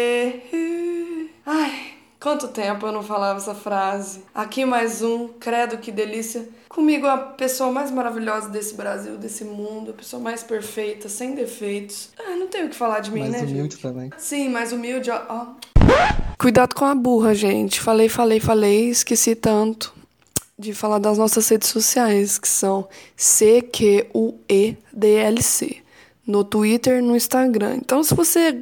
Oi! Ai, quanto tempo eu não falava essa frase. Aqui mais um, credo que delícia. Comigo a pessoa mais maravilhosa desse Brasil, desse mundo, a pessoa mais perfeita, sem defeitos. Ah, não tem o que falar de mim, Mais né, humilde gente? também. Sim, mais humilde, ó. ó. Cuidado com a burra, gente. Falei, falei, falei, esqueci tanto de falar das nossas redes sociais, que são CQUEDLC, no Twitter, no Instagram. Então, se você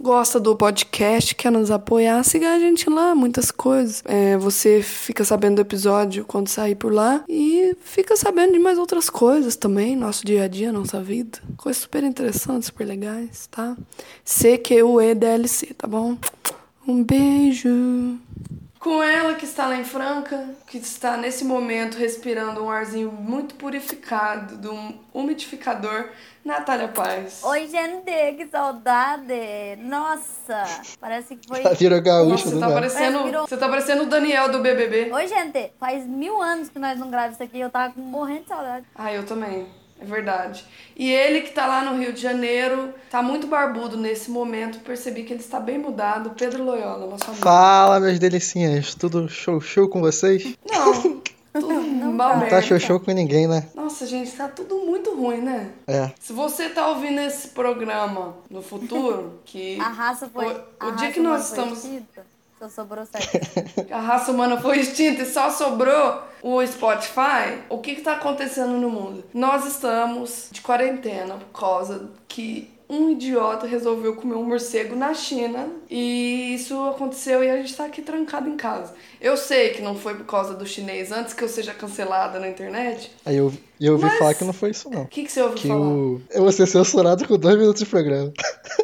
gosta do podcast, quer nos apoiar, siga a gente lá, muitas coisas. É, você fica sabendo do episódio quando sair por lá e fica sabendo de mais outras coisas também, nosso dia a dia, nossa vida. Coisas super interessantes, super legais, tá? CQUEDLC, tá bom? Um beijo. Com ela que está lá em Franca, que está nesse momento respirando um arzinho muito purificado de um umidificador, Natália Paz. Oi, gente, que saudade! Nossa, parece que foi. Tá virou Nossa, gaúcho você do tá, nada. parecendo, Respirou. você tá parecendo o Daniel do BBB. Oi, gente, faz mil anos que nós não gravamos isso aqui, eu tava com- morrendo de saudade. Ah, eu também. É verdade. E ele que tá lá no Rio de Janeiro, tá muito barbudo nesse momento. Percebi que ele está bem mudado. Pedro Loyola, nosso amigo. Fala, meus delicinhas. Tudo show show com vocês? Não, tudo mal Não tá merda. show show com ninguém, né? Nossa, gente, tá tudo muito ruim, né? É. Se você tá ouvindo esse programa no futuro, que A raça foi. O- o a dia raça que humana nós foi estamos- extinta, Só sobrou sexo. a raça humana foi extinta e só sobrou o Spotify, o que que tá acontecendo no mundo? Nós estamos de quarentena por causa que um idiota resolveu comer um morcego na China e isso aconteceu e a gente tá aqui trancado em casa. Eu sei que não foi por causa do chinês, antes que eu seja cancelada na internet. Aí eu, eu ouvi Mas- falar que não foi isso, O não. que que você ouviu Que falar? o. Eu vou ser censurado com dois minutos de programa.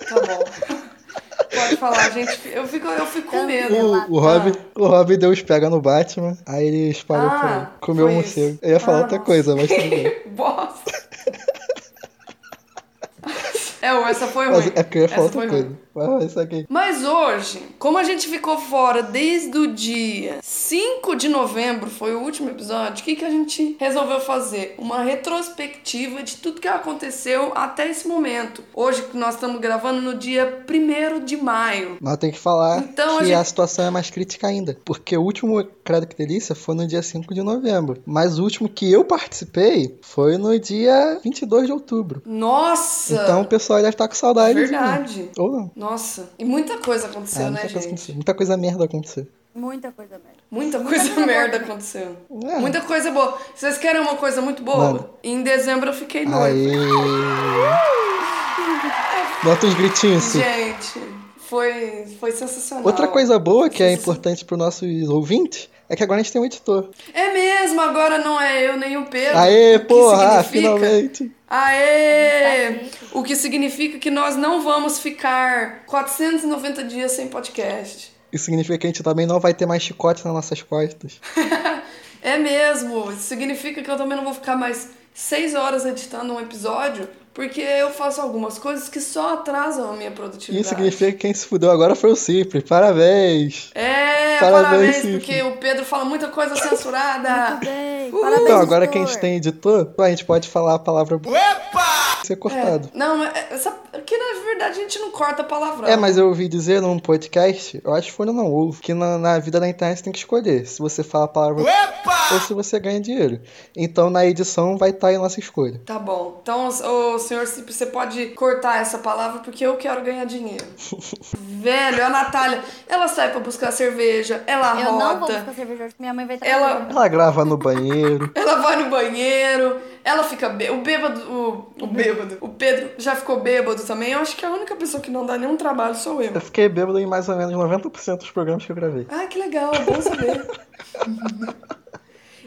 Tá bom. Pode falar, gente. Eu fico, eu fico com medo. Tá O, o, Robin, o Robin deu os pega no Batman, aí ele espalhou tá. Ah, por aí. Comeu um foi isso. morcego. Eu ia falar Ah, outra nossa. coisa, mas tudo bem. Bosta. É, essa foi Mas ruim. é porque eu ia falar Essa outra foi coisa. ruim. Mas vai isso aqui. Mas hoje, como a gente ficou fora desde o dia 5 de novembro, foi o último episódio, o que, que a gente resolveu fazer? Uma retrospectiva de tudo que aconteceu até esse momento. Hoje que nós estamos gravando no dia 1 de maio. Mas tem que falar Então, a que gente- a, situação é mais crítica ainda. Porque o último Credo que Delícia foi no dia 5 de novembro. Mas o último que eu participei foi no dia 22 de outubro. Nossa! Então tá o pessoal deve estar com saudade. de mim. Verdade. Ou não. Nossa, e muita coisa aconteceu, né, Ah, muita, coisa gente? aconteceu. muita coisa merda aconteceu. Muita coisa mesmo. Muita coisa coisa merda boa. aconteceu. É. Muita coisa boa. Vocês querem uma coisa muito boa? Manda. Em dezembro eu fiquei noiva. Aí. Bota uns gritinhos, sim. Gente, foi, foi sensacional. Ah, Outra coisa boa que é Sensacional. importante para nossos ouvintes é que agora a gente tem um editor. É mesmo, agora não é eu nem o Pedro. Aê, O que porra, ah, significa- finalmente. Aê! Tá O que significa que nós não vamos ficar 490 dias sem podcast. Isso significa que a gente também não vai ter mais chicote nas nossas costas. É mesmo. Isso significa que eu também não vou ficar mais seis horas editando um episódio, porque eu faço algumas coisas que só atrasam a minha produtividade. Isso significa que quem se fudeu agora foi o Cipri. Parabéns! É, Parabéns, parabéns, Cifre. porque o Pedro fala muita coisa censurada. Muito bem. então, Parabéns, agora editor. que a gente tem editor, a gente pode falar a palavra ser cortado. É. Não, mas essa, que na verdade a gente não corta palavrão. É. mas eu ouvi dizer num podcast, eu acho que foi no Não Ovo, que na, na vida da internet você tem que escolher se você fala a palavra ou se você ganha dinheiro. Então na edição vai estar aí a nossa escolha. Tá bom. Então, o senhor, Cipri, você pode cortar essa palavra porque eu quero ganhar dinheiro. Velho, a Natália, ela sai pra buscar cerveja, ela Eu não vou rota, buscar cerveja hoje, minha mãe vai estar. ela, Ela grava no banheiro. ela vai no banheiro, ela fica bê o bêbado, o, o bêbado, o Pedro já ficou bêbado também. Eu acho que a única pessoa que não dá nenhum trabalho sou eu. Eu fiquei bêbado em mais ou menos 90% dos programas que eu gravei. Ah, que legal, é bom saber.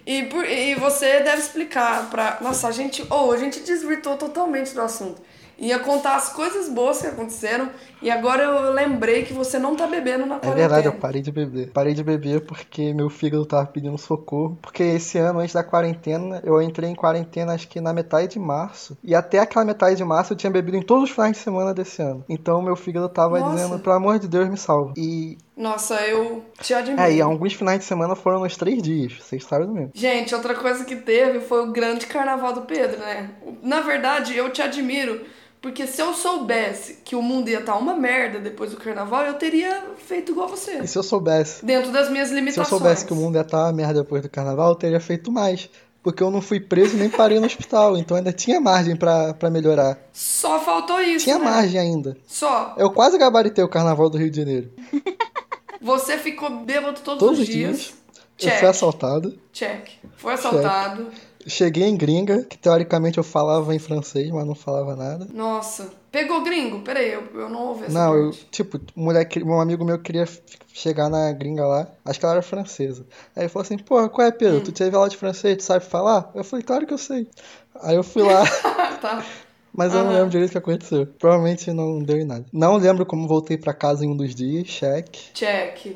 e, por- e você deve explicar pra. Nossa, a gente. Ou a gente desvirtuou totalmente do assunto. Ia contar as coisas boas que aconteceram. E agora eu lembrei que você não tá bebendo na É quarentena. verdade, eu parei de beber. Parei de beber porque meu fígado tava pedindo socorro. Porque esse ano, antes da quarentena, eu entrei em quarentena acho que na metade de março. E até aquela metade de março eu tinha bebido em todos os finais de semana desse ano. Então meu fígado tava Nossa. dizendo, pelo amor de Deus, me salva. E Nossa, eu te admiro. aí, alguns finais de semana foram nos três dias, sexta e domingo. Gente, outra coisa que teve foi o grande carnaval do Pedro, né? Na verdade, eu te admiro Porque se eu soubesse que o mundo ia estar uma merda depois do carnaval, eu teria feito igual você. E se eu soubesse? Dentro das minhas Se eu limitações. soubesse que o mundo ia estar uma merda depois do carnaval, eu teria feito mais. Porque eu não fui preso e nem parei no hospital, então ainda tinha margem pra pra melhorar. Só faltou isso. Tinha né? margem ainda. Só. Eu quase gabaritei o carnaval do Rio de Janeiro. Você ficou bêbado todos, Todos os os dias. dias. Eu Check. fui assaltado. Check. Foi assaltado. Cheguei em gringa, que teoricamente eu falava em francês, mas não falava nada. Nossa. Pegou gringo? Peraí, eu, eu não ouvi essa Não, eu, parte. tipo, moleque, um amigo meu queria f- chegar na gringa lá, acho que ela era francesa. Aí ele falou assim: Porra, qual é, Pedro? Hum. Tu teve aula de francês, tu sabe falar? Eu falei: Claro que eu sei. Aí eu fui lá, tá. mas eu não Aham. lembro direito o que aconteceu. Provavelmente não deu em nada. Não lembro como voltei pra casa em um dos dias, cheque. Check.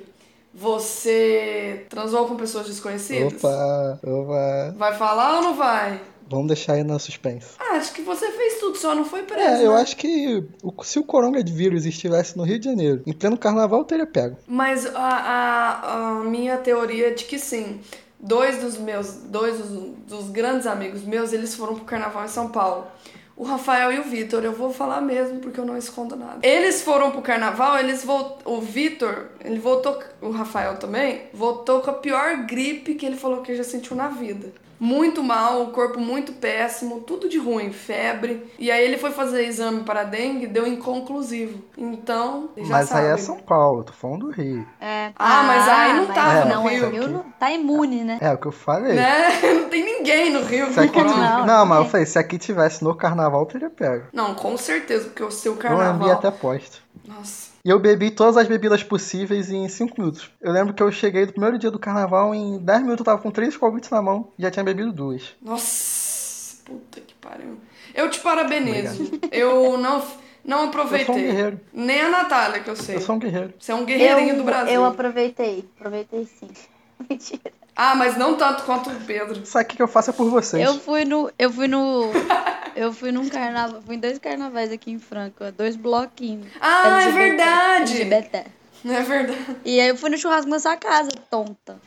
Você transou com pessoas desconhecidas? Opa, opa. Vai falar ou não vai? Vamos deixar aí na suspense. Ah, acho que você fez tudo, só não foi preso. É, eu né? acho que o- se o coronavírus estivesse no Rio de Janeiro, em pleno carnaval, eu teria pego. Mas a, a, a minha teoria é de que sim. Dois dos meus, dois dos, dos grandes amigos meus, eles foram pro carnaval em São Paulo. O Rafael e o Vitor, eu vou falar mesmo porque eu não escondo nada. Eles foram pro carnaval, eles vol... o Vitor, ele voltou, o Rafael também, voltou com a pior gripe que ele falou que já sentiu na vida. Muito mal, o corpo muito péssimo, tudo de ruim, febre. E aí ele foi fazer exame para dengue, deu inconclusivo. Então, já mas sabe. aí é São Paulo, tô falando do Rio. É. Ah, mas aí não mas tava no não, é, Rio. Rio não- tá imune, né? É o que eu falei. né? Não tem ninguém no Rio Se aqui com tivesse... corona. não, Não, mas não eu falei, se aqui tivesse no carnaval, eu teria pego. Não, com certeza, porque o seu Eu carnaval. lembrei até posto. Nossa. E eu bebi todas as bebidas possíveis em 5 minutos. Eu lembro que eu cheguei do primeiro dia do carnaval, em 10 minutos eu tava com três convites na mão e já tinha bebido duas. um Nossa, puta que pariu. Eu te parabenizo. Eu não, não Eu sou um aproveitei. guerreiro. Nem a Natália, que eu sei. Eu sou um guerreiro. Você é um guerreirinho eu, do Brasil. Eu aproveitei, aproveitei sim. Mentira. Ah, mas não tanto quanto o Pedro. Isso aqui que eu faço é por vocês. Eu fui no. Eu fui no. Eu fui num carnaval. Fui em dois carnavais aqui em Franca, dois bloquinhos. Ah, é LGBT. verdade. LGBT. Não é verdade. E aí eu fui no churrasco na sua casa, tonta.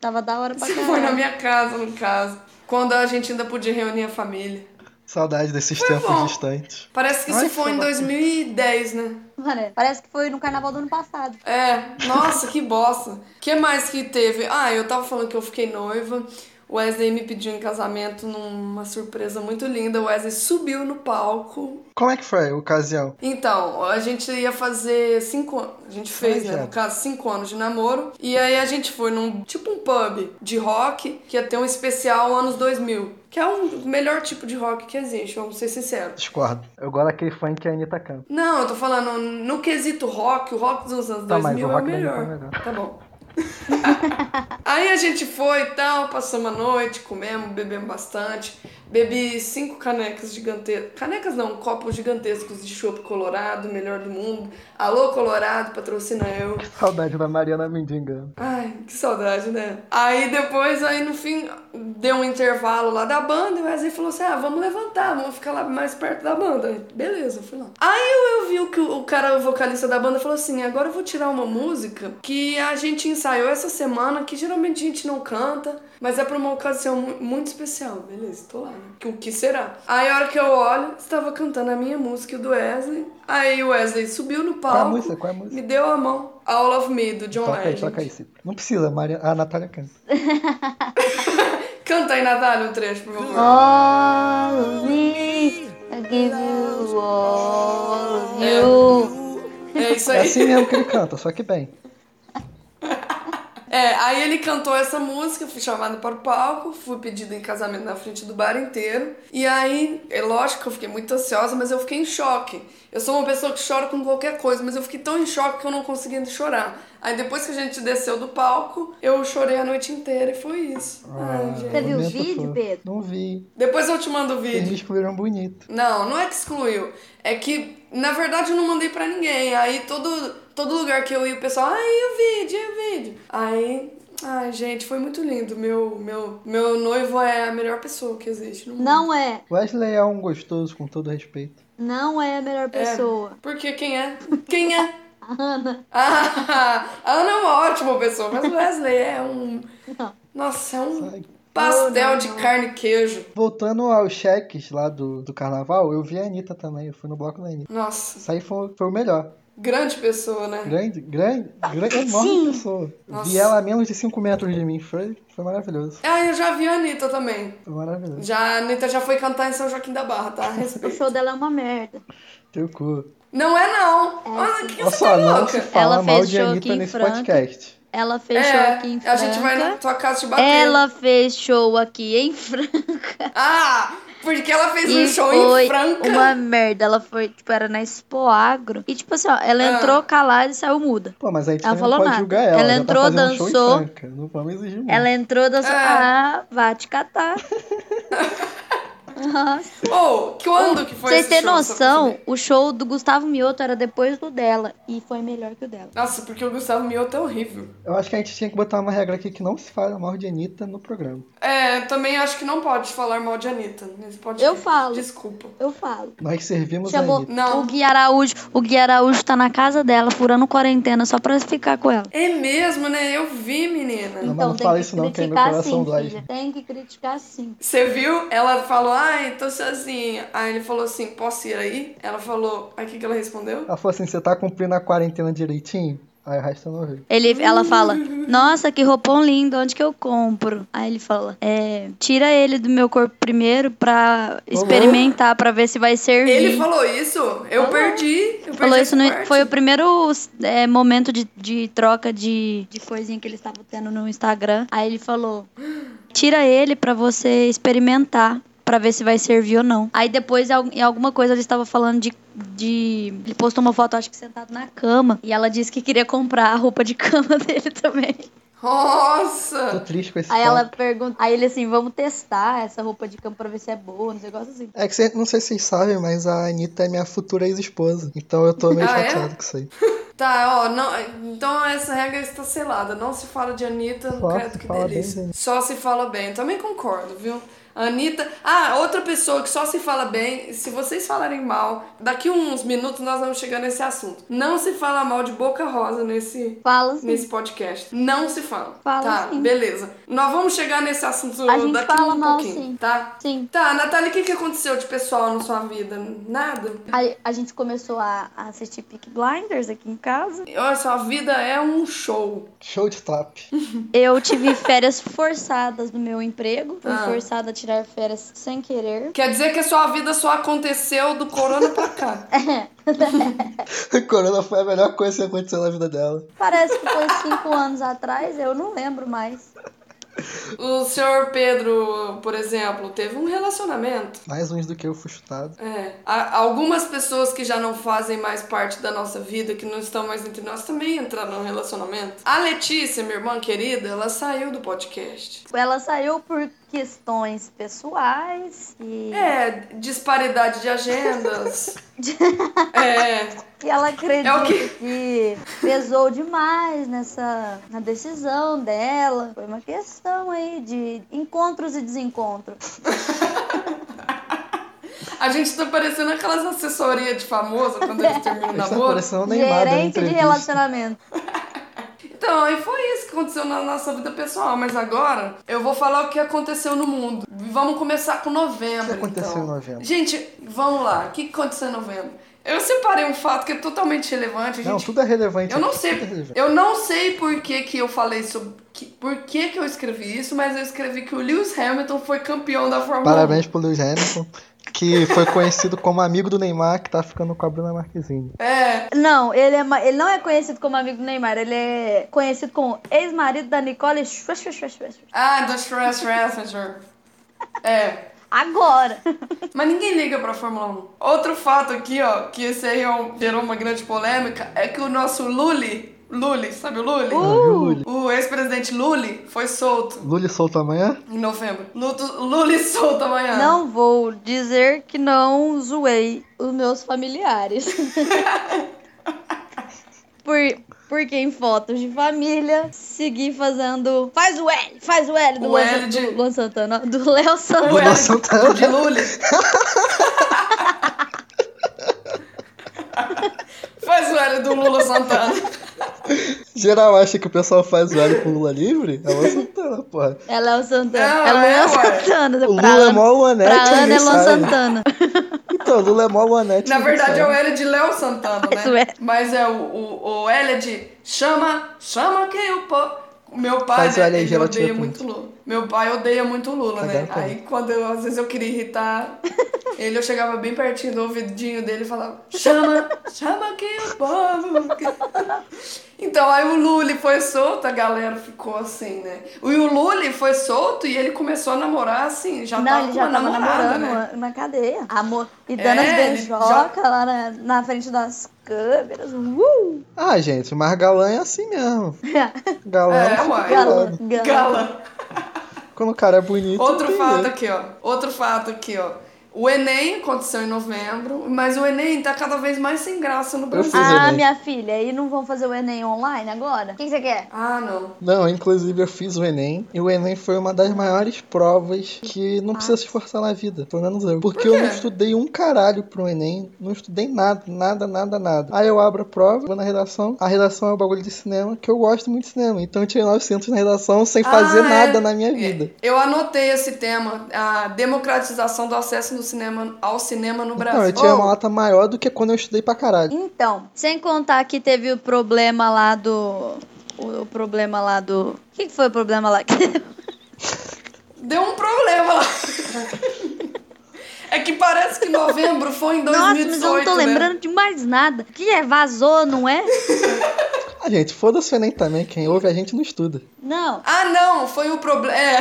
Tava da hora pra Você caralho. foi na minha casa, no caso. Quando a gente ainda podia reunir a família. Saudade desses tempos bom. distantes. Parece que isso Ai, foi em que 2010, né? Mano, parece que foi no carnaval do ano passado. É, nossa, que bosta. O que mais que teve? Ah, eu tava falando que eu fiquei noiva. O Wesley me pediu em casamento numa surpresa muito linda. O Wesley subiu no palco. Como é que foi a ocasião? Então, a gente ia fazer cinco anos. A gente fez, Ai, né? já. No caso, cinco anos de namoro. E aí a gente foi num tipo um pub de rock que ia ter um especial anos 2000. Que é um- o melhor tipo de rock que existe, vamos ser sinceros. Discordo. Eu gosto daquele funk que a Anitta canta. Não, eu tô falando no quesito rock, o rock dos anos Tá, mas 2000 o é o rock da melhor. Anitta é melhor. Tá bom. Aí a gente foi e tal, passamos a noite, comemos, bebemos bastante. Bebi cinco canecas gigantescas. Canecas não, copos gigantescos de chopp colorado, melhor do mundo. Alô, Colorado, patrocina eu. Saudade da Mariana Mendinga. Ai, que saudade, né? Aí depois, aí no fim, deu um intervalo lá da banda e o Wesley falou assim: ah, vamos levantar, vamos ficar lá mais perto da banda. Beleza, eu fui lá. Aí eu, eu vi o que o o cara, o vocalista da banda, falou assim: agora eu vou tirar uma música que a gente ensaiou essa semana, que geralmente a gente não canta, mas é pra uma ocasião mu- muito especial. Beleza, tô lá, né? Que- O que será? Aí a hora que eu olho, estava cantando a minha música e o do Wesley. Aí o Wesley subiu no palco, Qual a música? Qual a música? me deu a mão. All of Me, do John Toca aí, Legend. toca aí, Cipri. Não precisa, Maria... a Natália canta. Canta aí, Natália, um trecho, por Ah. favor. All of me, I give you all of you. É isso É aí. assim mesmo que ele canta, só que bem. É, aí ele cantou essa música, fui chamada para o palco, fui pedida em casamento na frente do bar inteiro. E aí, é lógico que eu fiquei muito ansiosa, mas eu fiquei em choque. Eu sou uma pessoa que chora com qualquer coisa, mas eu fiquei tão em choque que eu não conseguia chorar. Aí depois que a gente desceu do palco, eu chorei a noite inteira e foi isso. Ah. Ai, Ah, gente. Você viu o Momento vídeo, fofo. Pedro? Não vi. Depois eu te mando o vídeo. Eles me excluíram bonito. Não, não é que excluiu. É que, na verdade, eu não mandei pra ninguém. Aí todo, todo lugar que eu ia, o pessoal, ai, e o vídeo, e o vídeo. Aí, ai, gente, foi muito lindo. Meu, meu, meu noivo é a melhor pessoa que existe no mundo. Não é, Wesley é um gostoso, com todo respeito. não é a melhor pessoa. Porque quem é? Quem é? A Ana. Ah, a Ana é uma ótima pessoa, mas o Wesley é um. Não. Nossa, é um. Ai, Pastel de carne e queijo. Voltando aos cheques lá do, do carnaval, eu vi a Anitta também, eu fui no bloco da Anitta. Nossa, Isso aí foi, foi o melhor. grande pessoa, né? Grande, grande, grande, enorme pessoa. Vi Nossa. ela a menos de 5 metros de mim, foi, foi maravilhoso. Ah, eu já vi a Anitta também. Foi maravilhoso. Já, a Anitta já foi cantar em São Joaquim da Barra, tá? O Respeito. show dela é uma merda. Teu cu. Não é não. Olha, que Olha você só, tá não se louca? fala Ela mal fez de show Anitta aqui em nesse Franca. podcast. Ela fez show aqui em É, Franca. a gente vai na tua casa te bater. Ela fez show aqui em Franca. Ah, porque ela fez um e show foi em Franca. uma merda. Ela foi, tipo, era na Expo Agro. E, tipo assim, ó, ela Ah. entrou calada e saiu muda. Pô, mas aí tu Ela não falou pode nada. julgar ela. já Ela tá entrou, fazendo um show em dançou. Franca, Não vamos exigir muito. Ela entrou da. Ah. Ah, vá te catar. Nossa. Ô, que quando que foi Vocês esse têm show, só pra noção, saber? o show do Gustavo Mioto era depois do dela. E foi melhor que o dela. Nossa, porque o Gustavo Mioto é horrível. Eu acho que a gente tinha que botar uma regra aqui que não se fala mal de Anitta no programa. É, também acho que não pode falar mal de Anitta. nesse podcast. Eu falo. Desculpa. Eu falo. Nós servimos a Chamou Anitta. Não. o Gui Araújo. O Gui Araújo tá na casa dela, furando quarentena só pra ficar com ela. Então, É mesmo, né? Eu vi, menina. mas não fala isso não, que aí meu coração dói. filha. Tem que criticar sim. Você viu? Ela falou, ai, tô sozinha. Aí ele falou assim, posso ir aí? Ela falou, aí o que, que ela respondeu? Ela falou assim, você tá cumprindo a quarentena direitinho? Aí o resto eu não ouvi. Ele, ela fala, nossa, que roupão lindo, onde que eu compro? Aí ele fala, é, tira ele do meu corpo primeiro pra experimentar, pra ver se vai servir. Ele falou isso? Eu perdi. Eu perdi Falou isso, essa no, parte. foi o primeiro é, momento de, de troca de, de coisinha que eles estavam tendo no Instagram. Aí ele falou: tira ele pra você experimentar. Pra ver se vai servir ou não. Aí depois, em al- em alguma coisa, ele estava falando de, de. Ele postou uma foto, acho que sentado na cama. E ela disse que queria comprar a roupa de cama dele também. Tô Nossa! triste com esse Aí papo. ela pergunta. Aí ele assim: vamos testar essa roupa de cama pra ver se é boa, uns negócios assim. É que cê, não sei se vocês sabem, mas a Anitta é minha futura ex-esposa. Então eu tô meio Ah, é? chateado com isso aí. Tá, ó, não, então essa regra está selada. Não se fala de Anitta, Só se credo que fala delícia. bem, Só se fala bem. Também concordo, viu? Anitta. Ah, outra pessoa que só se fala bem, se vocês falarem mal, daqui uns minutos nós vamos chegar nesse assunto. Não se fala mal de boca rosa nesse, Fala assim. nesse podcast. Não se fala. Fala tá, sim. beleza. Nós vamos chegar nesse assunto A gente daqui fala um mal pouquinho, sim. tá? Sim. Tá, Natália, o que, que aconteceu de pessoal na sua vida? Nada? Aí a gente começou a a assistir Peak Blinders aqui em casa. Olha só, a vida é um show. Show de trap. Eu tive férias forçadas no meu emprego. Fui Ah. forçada a tirar férias sem querer. Quer dizer que a sua vida só aconteceu do corona pra cá. Corona foi a melhor coisa que aconteceu na vida dela. Parece que foi cinco anos atrás, eu não lembro mais. O senhor Pedro, por exemplo, teve um relacionamento. Mais uns do que eu fui chutado. É. A- algumas pessoas que já não fazem mais parte da nossa vida, que não estão mais entre nós, também entraram no relacionamento. A Letícia, minha irmã querida, ela saiu do podcast. Ela saiu por questões pessoais e, É, disparidade de agendas. é, e ela acredita É o quê? que pesou demais nessa na decisão dela. Foi uma questão aí de encontros e desencontros. a gente tá parecendo aquelas assessorias de famoso quando eles terminam o Eles estão namoro. parecendo o Neymar da Gerente de entrevista. relacionamento. Então, e foi isso que aconteceu na nossa vida pessoal, mas agora eu vou falar o que aconteceu no mundo. Vamos começar com novembro. O que aconteceu então. em novembro? Gente, vamos lá. O que aconteceu em novembro? Eu separei um fato que é totalmente relevante. A Não, gente... tudo é relevante. Eu não aqui, sei. tudo é relevante. Eu não sei por que, que eu falei sobre. Que, por que, que eu escrevi isso, mas eu escrevi que o Lewis Hamilton foi campeão da Fórmula 1. Parabéns pro Lewis Hamilton, que foi conhecido como amigo do Neymar, que tá ficando com a Bruna Marquezine. tá É, Não, ele, é, ma- ele não é conhecido como amigo do Neymar, ele é conhecido como ex-marido da Nicole. Schwa- schwa- schwa- schwa- schwa. ah, do Stress Messenger. É. Agora! Mas ninguém liga pra Fórmula 1. Outro fato aqui, ó, que esse aí é um- gerou uma grande polêmica, é que o nosso Lully, Lully, sabe o Lully? Lully. O ex-presidente Lully foi solto Lully solto amanhã? em novembro. Luto, Lully solto amanhã. Não vou dizer que não zoei os meus familiares. Por, porque em fotos de família, segui fazendo. Faz o L, faz o L do O Luan L San- de- do Luan Santana. Do Léo O Santana. L Santana. de Lully. Faz o L do Lula Santana. Geral acha que o pessoal faz o L com Lula livre? É uma Santana Santana, porra. É Léo Santana. Não, é é, Luan ué. Santana. O pra Lula é Ana- mó Luanete, Pra Ana é Luan sabe? Santana. Então, Lula é mó Luanete. Na verdade, eu era de Léo Santana, né? Isso é. Mas é o, o, o L é de chama, chama que eu po... O Meu pai, Faz o né, L aí, ele gelatina odeia preta. muito Lula. Meu pai odeia muito Lula, né? Agora tá. Aí quando eu, às vezes eu queria irritar ele, eu chegava bem pertinho do ouvidinho dele e falava, chama, chama que o povo. Então aí o Lully foi solto, a galera ficou assim, né? E o Lully foi solto e ele começou a namorar assim, já Não, tava ele com já uma tava namorada, namorando né? na- na cadeia. Amor. E dando É, as ele beijocas lá na, na frente das câmeras. Uh! Ah, gente, o Mar Galã é assim mesmo. Galã. É, fica uai. Galã. bolado. Galã. Galã. Quando o cara é bonito. Outro tem fato jeito. aqui, ó. Outro fato aqui, ó. O Enem aconteceu em novembro, mas o Enem tá cada vez mais sem graça no Brasil. fiz o Ah, Enem. minha filha, e não vão fazer o Enem online agora? O que que você quer? Ah, não. Não, inclusive eu fiz o Enem, e o Enem foi uma das maiores provas que não precisa se esforçar na vida, pelo menos eu. Porque eu não estudei um caralho pro Enem, não estudei nada, nada, nada, nada. Aí eu abro a prova, vou na redação, a redação é o bagulho de cinema, que eu gosto muito de cinema, então eu tirei 900 na redação sem fazer Ah, é. nada na minha vida. Eu anotei esse tema, a democratização do acesso no cinema, ao cinema no Brasil. Oh. Não, eu tirei uma nota maior do que quando eu estudei pra caralho. Então, sem contar que teve o problema lá do. O, o problema lá do. O que, que foi o problema lá? Deu um problema lá. é que parece que novembro foi em Nossa, 2018, mas eu não tô né? lembrando de mais nada. O que é? Vazou, não é? Ah, gente, foda-se o Enem também, quem ouve a gente não estuda. Não. Ah, não, foi o problema. É.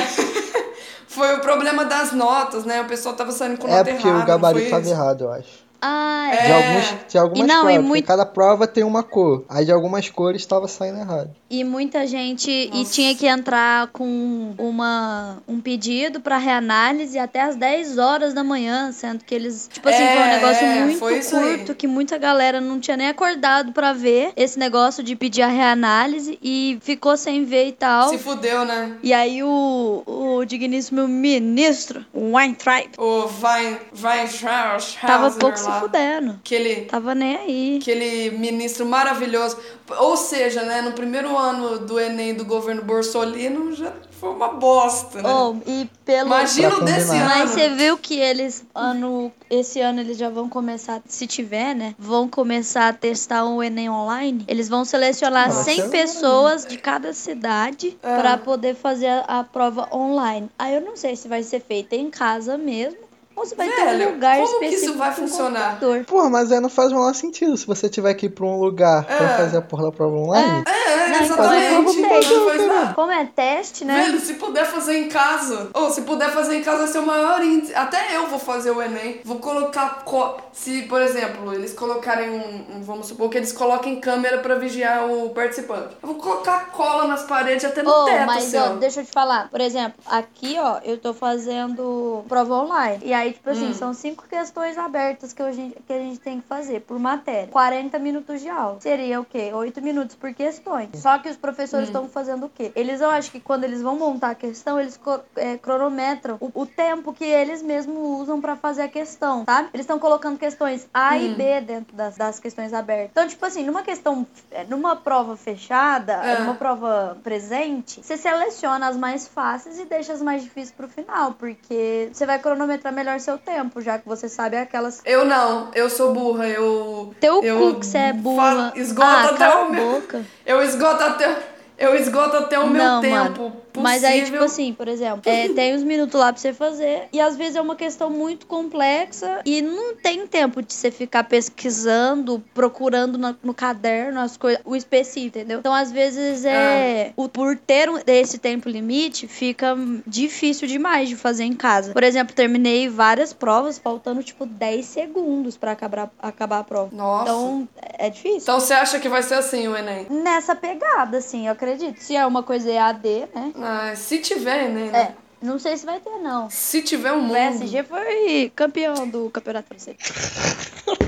foi o problema das notas, né? O pessoal tava saindo com É nota porque errada. o não gabarito foi tava isso? errado, eu acho. Ai. É. De, alguns, de algumas E não, e cores. porque muito- Cada prova tem uma cor. Aí de algumas cores estava saindo errado. E muita gente. E Nossa. tinha que entrar com uma, um pedido pra reanálise até às 10 horas da manhã, sendo que eles. Tipo assim, É, foi um negócio é, muito foi isso aí. curto que muita galera não tinha nem acordado pra ver esse negócio de pedir a reanálise e ficou sem ver e tal. Se fudeu, né? E aí o, o digníssimo ministro, o Weintraub, O Wein, Weintraub tava Hauser pouco se lá. fudendo. Aquele, Tava nem aí. aquele ministro maravilhoso. Ou seja, né, no primeiro ano do Enem do governo Borsolino já foi uma bosta, né? Oh, e pelo... Imagina o Pra desse combinar. Mas você ano. viu que eles, ano, esse ano eles já vão começar, se tiver, né? Vão começar a testar o Enem online. Eles vão selecionar Nossa, 100 é pessoas de cada cidade É. pra poder fazer a, a prova online. Aí eu não sei se vai ser feita em casa mesmo ou se vai ter Velho, um lugar como que isso específico vai com funcionar? computador. Pô, mas aí não faz o menor sentido. Se você tiver que ir pra um lugar pra É. fazer a porra da prova online, É, Não, então eu não exatamente. sei. Não faz nada. Como é teste, né? Velho, se puder fazer em casa, ou se puder fazer em casa, vai ser o maior índice. Até eu vou fazer o Enem. Vou colocar. co- Se, por exemplo, eles colocarem um, um- Vamos supor que eles coloquem câmera pra vigiar o participante. Eu vou colocar cola nas paredes até no Ô, teto, mas assim, ó, ó. deixa eu te falar. Por exemplo, aqui, ó, eu tô fazendo prova online. E aí, tipo assim, Hum. são cinco questões abertas que, a gente- que a gente tem que fazer por matéria. 40 minutos de aula. Seria o quê? 8 minutos por questões. Só que os professores Hum. estão fazendo o quê? Eles, eu acho que quando eles vão montar a questão, eles co- é, cronometram o, o tempo que eles mesmos usam pra fazer a questão, sabe? Eles estão colocando questões A Hum. e B dentro das, das questões abertas. Então, tipo assim, numa questão, é, numa prova fechada, é, Ah. numa prova presente, você seleciona as mais fáceis e deixa as mais difíceis pro final, porque você vai cronometrar melhor seu tempo, já que você sabe aquelas. Eu não, eu sou burra, eu. Teu eu cu que você é burra. fa- Esgoto ah, até cala o a meu. boca. Eu esgoto até. Eu esgoto até É o meu Não, tempo. mano. Possível. Mas aí, tipo assim, por exemplo, é, tem uns minutos lá pra você fazer. E às vezes é uma questão muito complexa e não tem tempo de você ficar pesquisando, procurando na- no, caderno as coisas, o específico, entendeu? Então, às vezes, é. Ah. o- por ter um- esse tempo limite, fica difícil demais de fazer em casa. Por exemplo, terminei várias provas, faltando, tipo, 10 segundos pra acabar, acabar a prova. Nossa. Então... Então, é é difícil você acha que vai ser assim o Enem? nessa pegada, assim, eu acredito. Se é uma coisa EAD, né? Ah, se tiver Enem, né? É, não sei se vai ter, não. Hum. Se tiver um O mundo. PSG foi campeão do campeonato francês.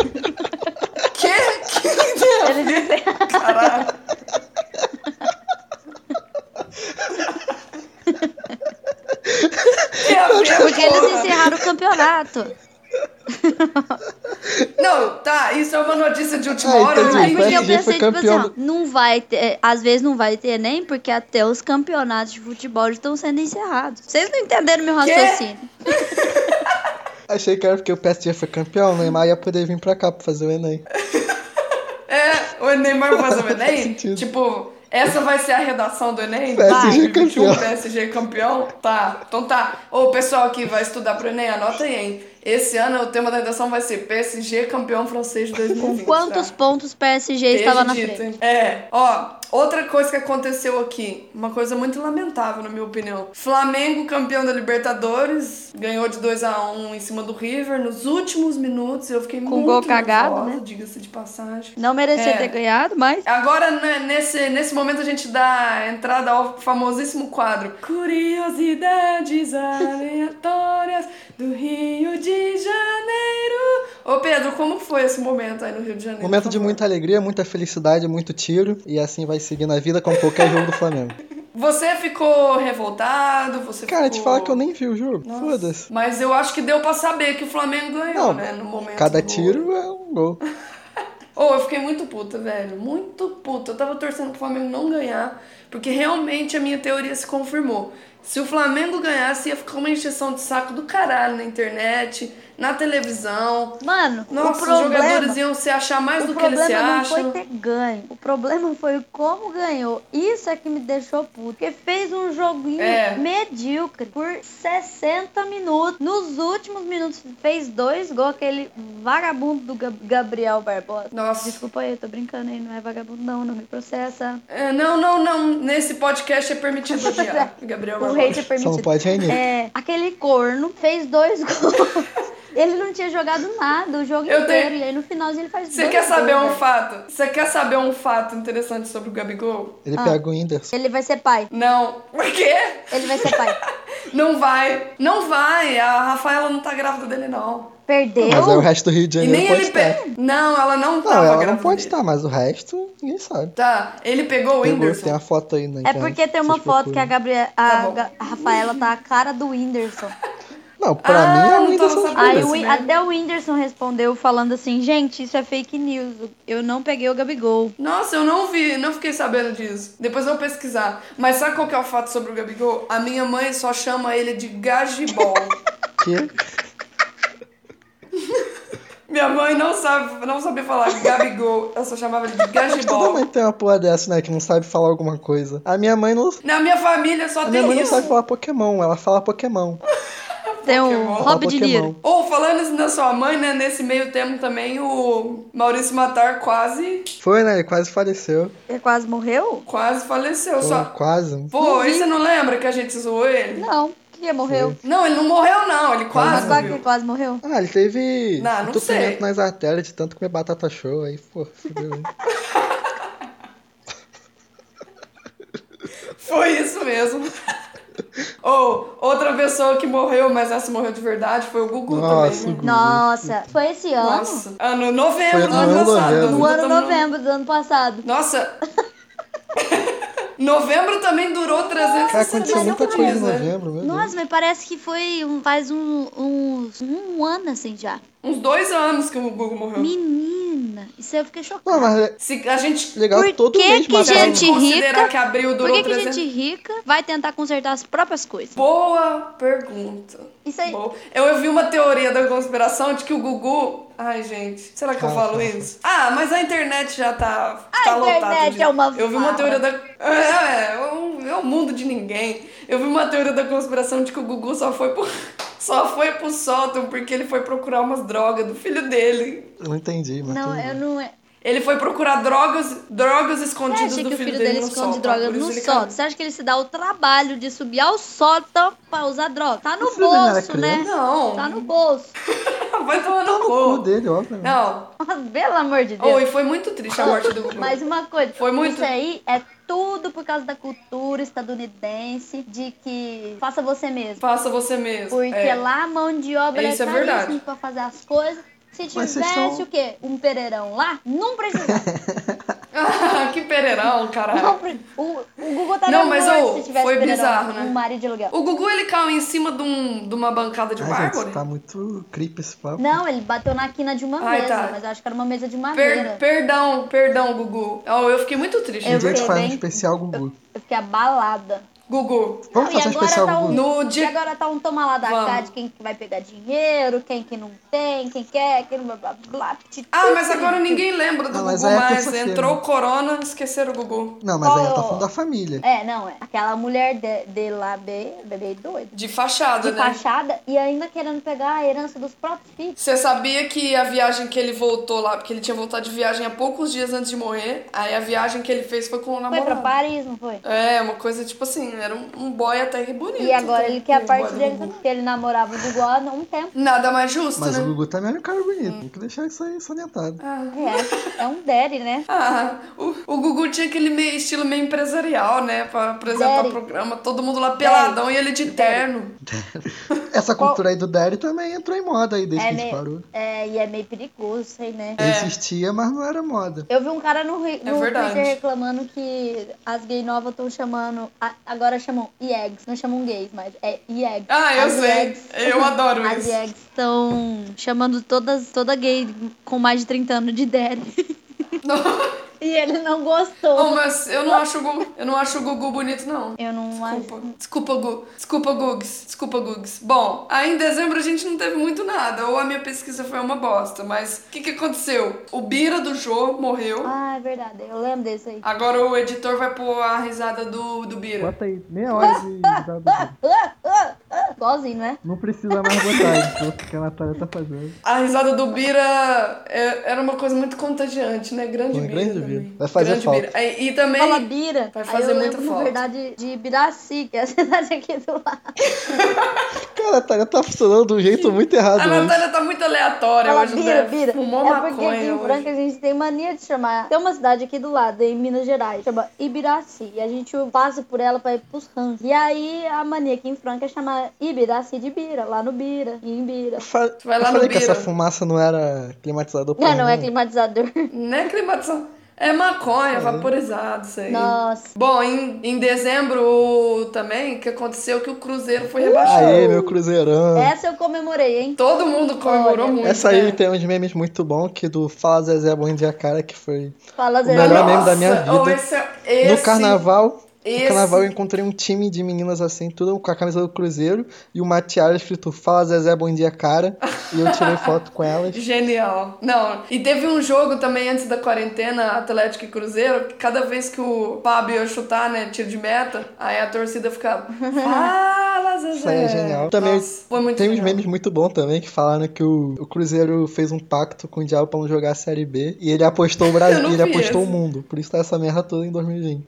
Que? Que? Ele disse, Caralho. Que a ver, porque eles porra. assim, "Ah, encerraram o campeonato. Não, tá, isso é uma notícia de última Ah, hora. entendi. né? Aí, o porque eu PSG foi pensei, tipo assim, campeão ó, não vai ter, é, às vezes não vai ter nem porque até os campeonatos de futebol estão sendo encerrados. Vocês não entenderam meu Quê? raciocínio. É. Achei que era porque o PSG foi campeão, né? o Neymar ia poder vir pra cá pra fazer o Enem. É, o Neymar vai fazer o Faz Enem? sentido. tipo, essa vai ser a redação do Enem? PSG Vai. campeão. PSG é campeão? Tá, então tá. Ô, pessoal que vai estudar pro Enem, anota aí, hein? Esse ano o tema da redação vai ser PSG campeão francês de 2020. tá? Quantos pontos o PSG Beijo, estava na Dito. frente? É, ó, outra coisa que aconteceu aqui, uma coisa muito lamentável, na minha opinião. Flamengo, campeão da Libertadores, ganhou de 2 a 1 em cima do River nos últimos minutos. Eu fiquei muito gol cagado, nervosa, né? diga-se de passagem. Não merecia É. ter ganhado, mas Agora, né, nesse, nesse momento, a gente dá entrada ao famosíssimo quadro Curiosidades Aleatórias do Rio de Janeiro. Ô, Pedro, como foi esse momento aí no Rio de Janeiro? Momento por de favor? muita alegria, muita felicidade, muito tiro. E assim vai seguindo a vida como qualquer jogo do Flamengo. Você ficou revoltado? Você Cara, te ficou... falar que eu nem vi o jogo. Nossa. Foda-se. Mas eu acho que deu pra saber que o Flamengo ganhou, Não, né? No momento. Cada do- tiro é um gol. Oh, eu fiquei muito puta, velho. Muito puta. Eu tava torcendo pro Flamengo não ganhar, porque realmente a minha teoria se confirmou. Se o Flamengo ganhasse, ia ficar uma injeção de saco do caralho na internet, na televisão. Mano, Nossa, o problema, os jogadores iam se achar mais o do que eles se problema não acham. foi ter ganho. O problema foi como ganhou. Isso é que me deixou puto. Porque fez um joguinho É. medíocre por 60 minutos. Nos últimos minutos fez dois gols. Aquele vagabundo do Gab- Gabriel Barbosa. Nossa. Desculpa aí, eu tô brincando aí. Não é vagabundo não, não me processa. É, não, não, não. Nesse podcast é permitido odiar. Gabriel O Barbosa. hate é Só não permitido. pode reunir. É, aquele corno fez dois gols. Ele não tinha jogado nada o jogo Eu inteiro. tenho- E aí no finalzinho ele faz Você dois quer saber gols, um velho. fato? Você quer saber um fato interessante sobre o Gabigol? Ele pega o Whindersson. Ele vai ser pai. Não. Por quê? Ele vai ser pai. Não vai. Não vai. A Rafaela não tá grávida dele, não. Perdeu. Mas aí o resto do Rio de E Janeiro nem pode ele estar. pega. Não, ela não Não, é, tava ela grávida. não pode dele. estar, mas o resto ninguém sabe. Tá. Ele pegou o Pegou, Whindersson. tem a foto aí na É internet. porque tem uma vocês foto que a procuram. Gabriela, Tá a, bom. Ga- a Rafaela tá a cara do Whindersson. Não, pra Ah, mim é não o Whindersson tava de sabendo. Aí Whindersson. o Whin- né? até o Whindersson respondeu falando assim, gente, isso é fake news. Eu não peguei o Gabigol. Nossa, eu não vi, não fiquei sabendo disso. Depois eu vou pesquisar. Mas sabe qual que é o fato sobre o Gabigol? A minha mãe só chama ele de Gagibol. Que- minha mãe não sabe, não sabia falar Gabigol. Eu só chamava ele Tá de Toda Gagibol. mãe tem uma porra dessa, né? Que não sabe falar alguma coisa. A minha mãe não. Na minha família só A tem minha mãe não isso. sabe falar Pokémon, ela fala Pokémon. Tem um Pokémon. Fala Rob de Niro. Pokémon. Ou falando na sua mãe, né? Nesse meio tempo também, o Maurício Matar quase, Foi, né? Ele quase faleceu. Ele quase morreu? quase faleceu. Pô, Só... Quase. Pô, Uhum. e você não lembra que a gente zoou ele? Não. Quem morreu? Não, ele não morreu, não. Ele Mas quase sabe que morreu. ele quase morreu? Ah, ele teve Não, não sei. entupimento nas artérias de tanto comer batata show, aí, pô, fudeu. hein? Foi isso mesmo. Ou outra pessoa que morreu, mas essa morreu de verdade, foi o Gugu Nossa, também. né? Gugu. Nossa, foi esse ano? Nossa. Ano novembro Foi do no ano ano passado. novembro. O No Gugu ano também- novembro do ano passado. Nossa. novembro também durou 360 Cara, aconteceu dias, muita coisa em né? novembro, meu Deus. Nossa, mas parece que foi um, faz um, uns- um ano assim já. Uns dois anos que o Gugu morreu. Menina, isso aí eu fiquei Não, chocada. mas é Se a gente legal Por todo que mês que se mataram a gente considerar rica- que abril Por durou que, que 300 gente rica vai tentar consertar as próprias coisas? Boa pergunta. Isso aí. Bom, eu ouvi uma teoria da conspiração de que o Gugu. Ai, gente, será que eu Fala, falo fala. isso? Ah, mas a internet já tá. tá A lotada internet de- é uma Eu vi uma farra. teoria da. É, é, é um- é o mundo de ninguém. Eu vi uma teoria da conspiração de que o Gugu só foi pro. Só foi pro sótão porque ele foi procurar umas drogas do filho dele. Não entendi, mas Não, tudo bem. eu não. é. Ele foi procurar drogas, drogas Você escondidas acha um do que o filho, filho dele, dele no esconde sótão. droga por no isso ele sótão? caiu. Você acha que ele se dá o trabalho de subir ao sótão pra usar droga? Tá no Isso ele não era bolso, né? criança? Não. Tá no bolso. Vai tomar no O cu. Tá dele, óbvio. né? Não. Pelo amor de Oh, Deus. e foi muito triste a morte do Gugu. Mas uma coisa, Foi muito- isso aí é tudo por causa da cultura estadunidense de que faça você mesmo. Faça você mesmo. Porque é. lá a mão de obra Isso é é verdade. caríssima pra fazer as coisas. Se vocês tivesse são- o quê? Um pereirão lá, não precisava. que pereirão, caralho. O, o Google tá Não, dando mas, valor ô, se tivesse foi Pereirão, bizarro, né? Um marido de aluguel. O Gugu, ele caiu em cima de, um- de uma bancada de Ai, mármore. gente, tá muito creepy esse papo. Não, ele bateu na quina de uma Ai, mesa, tá. mas eu acho que era uma mesa de madeira. Per- perdão, perdão, Gugu. Eu, eu fiquei muito triste. um Eu dia a gente fiquei faz um bem- especial Gugu. Eu fiquei abalada. Gugu, Vamos Não, e fazer um agora especial tá um- Gugu. no E dia... agora tá um toma lá da Vamos. cá de quem que vai pegar dinheiro, quem que não tem, quem quer, quem blá blá blá. pti, Ah, tu, mas pti. agora ninguém lembra do Ah, mas Gugu aí é mais. terça-feira. Entrou o corona, esqueceram o Gugu. Não, mas aí ela tá Qual- falando da família. É, não, é. Aquela mulher de, de lá, be, bebê doido. De fachada, De né? fachada e ainda querendo pegar a herança dos próprios filhos. Você sabia que a viagem que ele voltou lá, porque ele tinha voltado de viagem há poucos dias antes de morrer, aí a viagem que ele fez foi com o Foi pra namorado. Paris, não foi? É, uma coisa tipo assim, era um, um boy até que bonito. E agora ele quer a Um parte boy dele, do Gugu. porque ele namorava o Google há um tempo. Nada mais justo, Mas né? o Gugu também é um cara bonito. Hum. Tem que deixar isso aí salientado. É, é um daddy, né? Ah, o, o Gugu tinha aquele meio, estilo meio empresarial, né? Pra apresentar Daddy. o programa, todo mundo lá peladão e ele de terno. Essa Qual- cultura aí do Daddy também entrou em moda aí desde É que a gente meio- parou. É, e é meio perigoso, sei, né? Existia, mas não era moda. Eu vi um cara no, Ri- É no verdade. Twitter reclamando que as gay novas estão chamando. a- agora chamam IEGs. Não chamam gays, mas é IEGs. Ah, eu As sei. IEGs. Eu adoro As isso. IEGs estão chamando todas, toda gay com mais de 30 anos de daddy. Não, E ele não gostou. não, Oh, mas eu não acho o Gugu, eu não acho o Gugu bonito, não. Eu não acho. Desculpa. Desculpa, Gu. Desculpa, Gugs. Desculpa, Gugs. Bom, aí em dezembro a gente não teve muito nada, ou a minha pesquisa foi uma bosta, mas o que, que aconteceu? O Bira do Jô morreu. Ah, é verdade. Eu lembro desse aí. Agora o editor vai pôr a risada do, do Bira. Bota aí, meia hora de. Igualzinho, né? Não precisa mais botar isso que a Natália tá fazendo. A risada do Bira é- era uma coisa muito contagiante, né? Grande Foi Bira. grande também. Bira. Vai fazer grande falta. Bira. E, e também. Fala Bira. Vai Aí fazer eu muita lembro, falta. na verdade, de Biraci, que é a cidade aqui do lado. Cara, a Natália tá funcionando de um jeito muito errado. Ah, A hoje. Natália tá muito aleatória Fala, hoje, Bira, né? Bira. Fumou é porque aqui maconha em hoje. Franca a gente tem mania de chamar. Tem uma cidade aqui do lado, em Minas Gerais, chama Ibiraci. E a gente passa por ela pra ir pros ranchos. E aí a mania aqui em Franca é chamar Ibiraci de Bira, lá no Bira, em Bira. Eu fa- Vai lá eu no falei que Bira. essa fumaça não era climatizador Não, não é nenhuma. climatizador. Não é climatização. É maconha, vaporizado, isso aí. Nossa. Bom, em, em dezembro também, que aconteceu é que o Cruzeiro Uh! foi rebaixado. Aê, meu cruzeirão. Essa eu comemorei, hein? Todo mundo comemorou Olha. muito. Essa aí né? tem uns memes muito bons, que do Fala Zezé Bom Dia Cara, que foi Fala O é melhor Zé. meme da minha vida. ou oh, esse, é esse, No carnaval, esse- no carnaval eu encontrei um time de meninas assim, tudo com a camisa do Cruzeiro e uma tiara escrito Fala Zezé, bom dia, cara. E eu tirei foto com elas. Genial. Não, e teve um jogo também antes da quarentena, Atlético e Cruzeiro, que cada vez que o Fábio ia chutar, né, tiro de meta, aí a torcida ficava, fala, Zezé. Isso aí é genial. Também Nossa, foi muito tem uns genial. memes muito bons também que falaram que o, o Cruzeiro fez um pacto com o Diabo pra não jogar a Série B e ele apostou o Eu Brasil, não ele vi apostou esse. o mundo. Por isso tá essa merda toda em 2020.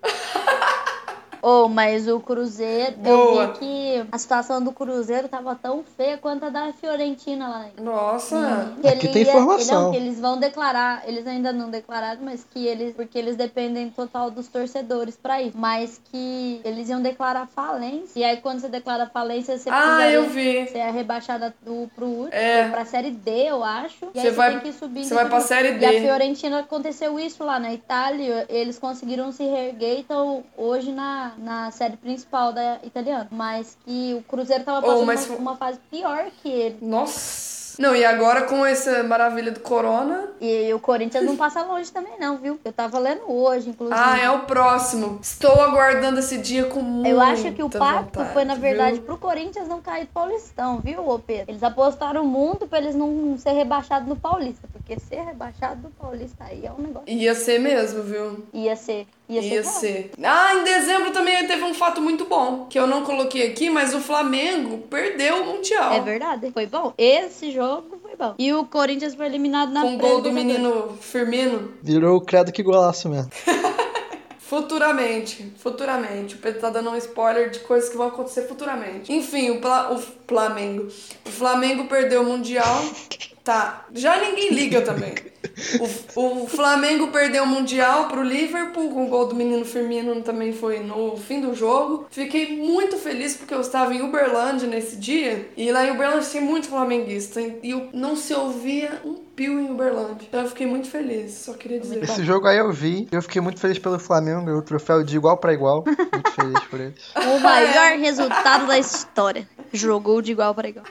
Oh, mas o Cruzeiro, Boa. eu vi que a situação do Cruzeiro tava tão feia quanto a da Fiorentina lá. Nossa. Que Aqui ele tem ia- informação. não, que eles vão declarar, eles ainda não declararam, mas que eles, porque eles dependem total dos torcedores pra ir, mas que eles iam declarar falência. E aí quando você declara falência, você Ah, precisaria eu vi. Você é rebaixada do, pro último, É. pra série D, eu acho. E Você aí você vai- tem que subir. você vai subir. pra Série D. E a Fiorentina aconteceu isso lá na Itália. Eles conseguiram se reerguer e estão hoje na, na série principal da italiana. Mas que o Cruzeiro tava Oh, passando mas uma, fo- uma fase pior que ele. Nossa. Não, e agora com essa maravilha do corona... E o Corinthians não passa longe também, não, viu? Eu tava lendo hoje, inclusive. Ah, é o próximo. Estou aguardando esse dia com muita Eu acho que o pacto vontade, foi, na verdade, viu? pro Corinthians não cair do Paulistão, viu, ô Pedro? Eles apostaram muito pra eles não ser rebaixados no Paulista, porque ser rebaixado do Paulista aí é um negócio. Ia ser mesmo, viu? Ia ser. Ia, Ia ser. ser. Ah, em dezembro também teve um fato muito bom, que eu não coloquei aqui, mas o Flamengo perdeu o Mundial. É verdade, foi bom. Esse jogo foi bom. E o Corinthians foi eliminado na Com o gol do pré-Libertadores. menino Firmino. Virou o credo que golaço mesmo. Futuramente, futuramente. O Pedro tá dando um spoiler de coisas que vão acontecer futuramente. Enfim, o, Pla- o Flamengo. O Flamengo perdeu o Mundial. Tá, já ninguém liga também. O, o Flamengo perdeu o Mundial pro Liverpool com o gol do menino Firmino também foi no fim do jogo. Fiquei muito feliz porque eu estava em Uberlândia nesse dia e lá em Uberlândia tem muito flamenguista e eu não se ouvia um pio em Uberlândia. Então eu fiquei muito feliz, só queria dizer. Esse jogo aí eu vi, eu fiquei muito feliz pelo Flamengo, ganhou o troféu de igual pra igual. Muito feliz por eles. O maior resultado da história. Jogou de igual para igual.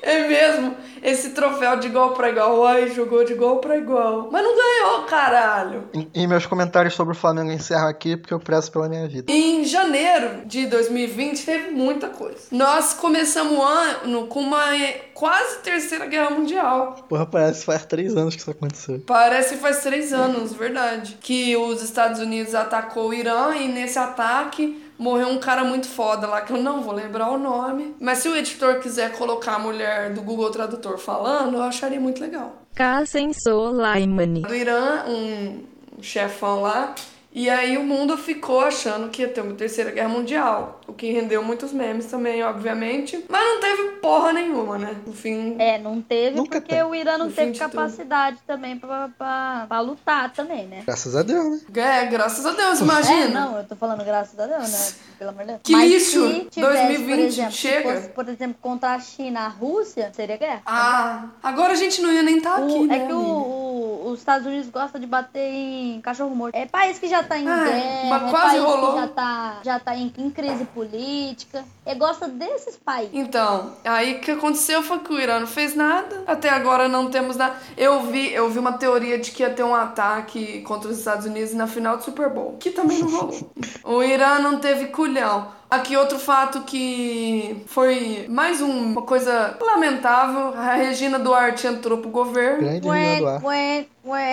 É mesmo, esse troféu de igual pra igual. Ai, jogou de igual pra igual. Mas não ganhou, caralho. E- E meus comentários sobre o Flamengo eu encerro aqui porque eu prezo pela minha vida. Em janeiro de 2020 teve muita coisa. Nós começamos o ano com uma eh, quase terceira guerra mundial. Porra, parece que faz três anos que isso aconteceu. Parece que faz três anos, verdade. Que os Estados Unidos atacou o Irã e nesse ataque morreu um cara muito foda lá, que eu não vou lembrar o nome. Mas se o editor quiser colocar a mulher do Google Tradutor falando, eu acharia muito legal. Kassen Soleimani. do Irã, um chefão lá. E aí o mundo ficou achando que ia ter uma terceira guerra mundial. O que rendeu muitos memes também, obviamente. Mas não teve porra nenhuma, né? No fim. É, não teve Nunca porque teve. o Irã não No fim teve de tudo. capacidade também pra, pra, pra lutar também, né? Graças a Deus, né? É, graças a Deus, imagina. É, não, eu tô falando graças a Deus, né? Pelo amor de Deus. Que lixo! se tivesse, 2020 por exemplo, se chega. fosse, por exemplo, contra a China, a Rússia, seria guerra. Ah, agora a gente não ia nem estar O- aqui. né, é que o, amiga? o- os Estados Unidos gostam de bater em cachorro morto. É país que já tá em Ah, mas guerra, é quase país rolou. que já tá, já tá em, em crise política. E gosta desses países. Então, aí o que aconteceu foi que o Irã não fez nada. Até agora não temos nada. Eu vi, eu vi uma teoria de que ia ter um ataque contra os Estados Unidos na final do Super Bowl, que também não rolou. o Irã não teve culhão. Aqui outro fato que foi mais um- uma coisa lamentável. A Regina Duarte entrou pro governo. Grande Regina Duarte. ué,